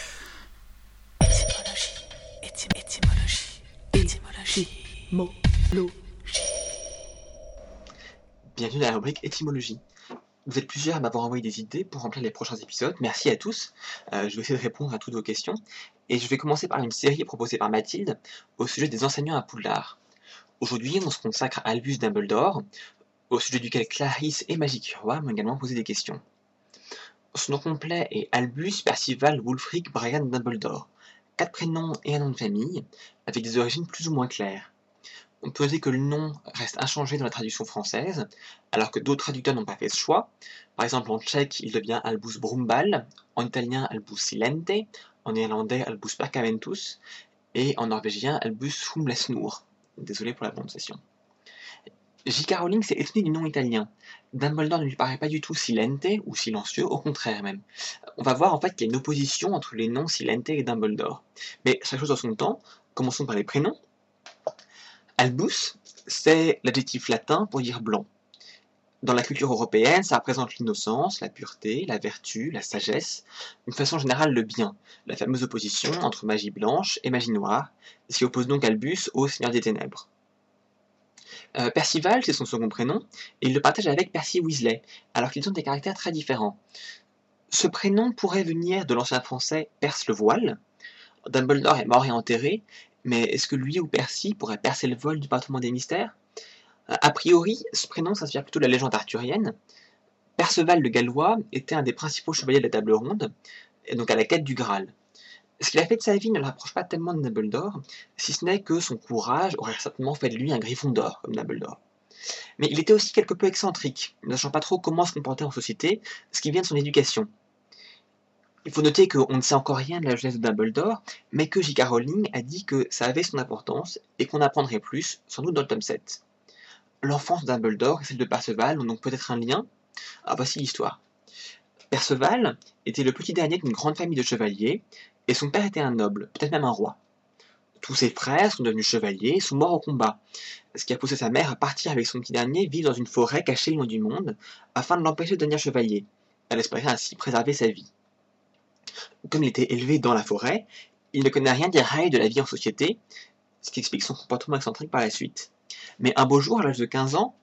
S8: Bienvenue dans la rubrique étymologie. Vous êtes plusieurs à m'avoir envoyé des idées pour remplir les prochains épisodes. Merci à tous. Euh, je vais essayer de répondre à toutes vos questions. Et je vais commencer par une série proposée par Mathilde au sujet des enseignants à Poudlard. Aujourd'hui, on se consacre à Albus Dumbledore, au sujet duquel Clarisse et Magicura m'ont également posé des questions. Son nom complet est Albus Percival Wulfric Brian Dumbledore. Quatre prénoms et un nom de famille, avec des origines plus ou moins claires. On peut noter que le nom reste inchangé dans la traduction française, alors que d'autres traducteurs n'ont pas fait ce choix. Par exemple, en tchèque, il devient Albus Brumbal, en italien Albus Silente, en néerlandais Albus Percaventus, et en norvégien Albus Humlesnur. Désolé pour la prononciation. J.K. Rowling s'est étonnée du nom italien. Dumbledore ne lui paraît pas du tout silente ou silencieux, au contraire même. On va voir en fait qu'il y a une opposition entre les noms silente et Dumbledore. Mais chaque chose en son temps, commençons par les prénoms. Albus, c'est l'adjectif latin pour dire blanc. Dans la culture européenne, ça représente l'innocence, la pureté, la vertu, la sagesse, d'une façon générale le bien, la fameuse opposition entre magie blanche et magie noire, ce qui oppose donc Albus au Seigneur des Ténèbres. Euh, Percival, c'est son second prénom, et il le partage avec Percy Weasley, alors qu'ils ont des caractères très différents. Ce prénom pourrait venir de l'ancien français Perce le voile. Dumbledore est mort et enterré, mais est-ce que lui ou Percy pourrait percer le voile du département des mystères a priori, ce prénom s'inspire plutôt de la légende arthurienne. Perceval le Gallois était un des principaux chevaliers de la Table Ronde, et donc à la quête du Graal. Ce qu'il a fait de sa vie ne le rapproche pas tellement de Dumbledore, si ce n'est que son courage aurait certainement fait de lui un griffon d'or, comme Dumbledore. Mais il était aussi quelque peu excentrique, ne sachant pas trop comment se comporter en société, ce qui vient de son éducation. Il faut noter qu'on ne sait encore rien de la jeunesse de Dumbledore, mais que J.K. Rowling a dit que ça avait son importance et qu'on apprendrait plus, sans doute dans le tome 7 l'enfance de Dumbledore et celle de Perceval ont donc peut-être un lien Ah, voici l'histoire. Perceval était le petit dernier d'une grande famille de chevaliers, et son père était un noble, peut-être même un roi. Tous ses frères sont devenus chevaliers et sont morts au combat, ce qui a poussé sa mère à partir avec son petit dernier vivre dans une forêt cachée loin du monde, afin de l'empêcher de devenir chevalier. Elle espérait ainsi préserver sa vie. Comme il était élevé dans la forêt, il ne connaît rien des règles de la vie en société, ce qui explique son comportement excentrique par la suite. Mais un beau jour, à l'âge de 15 ans,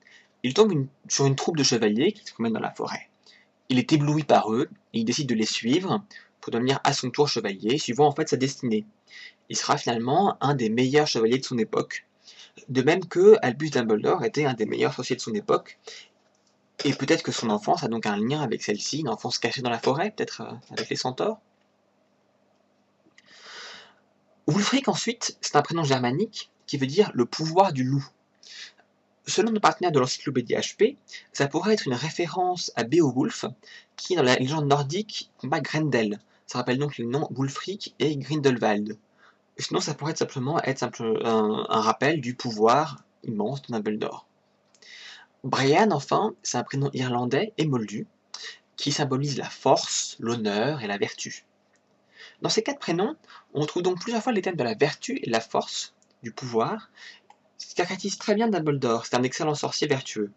S8: il tombe une- sur une troupe de chevaliers qui se promènent dans la forêt. Il est ébloui par eux et il décide de les suivre pour devenir à son tour chevalier, suivant en fait sa destinée. Il sera finalement un des meilleurs chevaliers de son époque. De même que Albus Dumbledore était un des meilleurs sorciers de son époque. Et peut-être que son enfance a donc un lien avec celle-ci, une enfance cachée dans la forêt, peut-être euh, avec les centaures. Wulfric ensuite, c'est un prénom germanique qui veut dire le pouvoir du loup. Selon nos partenaires de l'encyclopédie HP, ça pourrait être une référence à Beowulf, qui dans la légende nordique combat Grendel. Ça rappelle donc les noms Wulfric et Grindelwald. Sinon, ça pourrait être simplement être simple- un, un rappel du pouvoir immense de Dumbledore. Brian, enfin, c'est un prénom irlandais et moldu, qui symbolise la force, l'honneur et la vertu. Dans ces quatre prénoms, on trouve donc plusieurs fois les thèmes de la vertu et de la force, du pouvoir, ce qui caractérise très bien Dumbledore, c'est un excellent sorcier vertueux.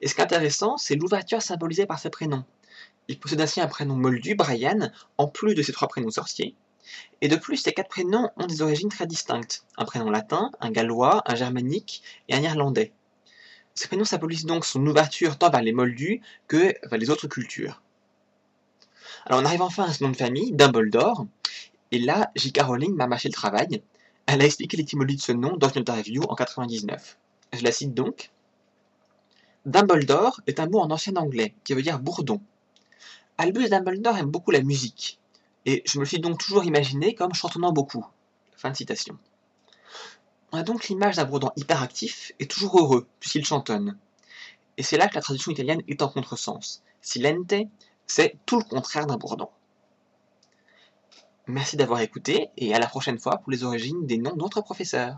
S8: Et ce qui est intéressant, c'est l'ouverture symbolisée par ses prénoms. Il possède ainsi un prénom moldu, Brian, en plus de ses trois prénoms sorciers. Et de plus, ces quatre prénoms ont des origines très distinctes. Un prénom latin, un gallois, un germanique et un irlandais. Ces prénoms symbolisent donc son ouverture tant vers les moldus que vers les autres cultures. Alors on arrive enfin à ce nom de famille, Dumbledore. Et là, J.K. Rowling m'a mâché le travail. Elle a expliqué l'étymologie de ce nom dans une interview en 99. Je la cite donc. Dumbledore est un mot en ancien anglais qui veut dire bourdon. Albus Dumbledore aime beaucoup la musique, et je me le suis donc toujours imaginé comme chantonnant beaucoup. Fin de citation. On a donc l'image d'un bourdon hyperactif et toujours heureux, puisqu'il chantonne. Et c'est là que la traduction italienne est en contresens. Silente, c'est tout le contraire d'un bourdon. Merci d'avoir écouté et à la prochaine fois pour les origines des noms d'autres professeurs.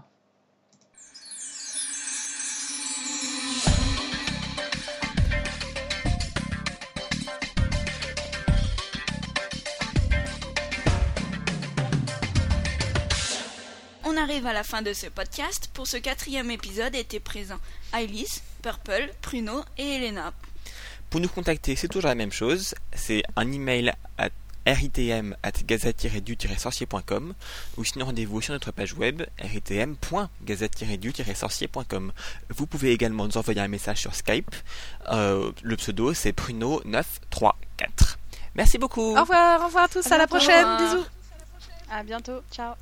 S3: On arrive à la fin de ce podcast. Pour ce quatrième épisode étaient présents Alice, Purple, Pruno et Elena.
S2: Pour nous contacter, c'est toujours la même chose. C'est un email à ritm.gazette-du-sorcier.com ou sinon rendez-vous sur notre page web ritm.gazette-du-sorcier.com. Vous pouvez également nous envoyer un message sur Skype. Euh, le pseudo c'est Pruno934. Merci beaucoup.
S5: Au revoir, au revoir à tous, à la
S4: bientôt.
S5: prochaine, bisous.
S4: À bientôt, ciao.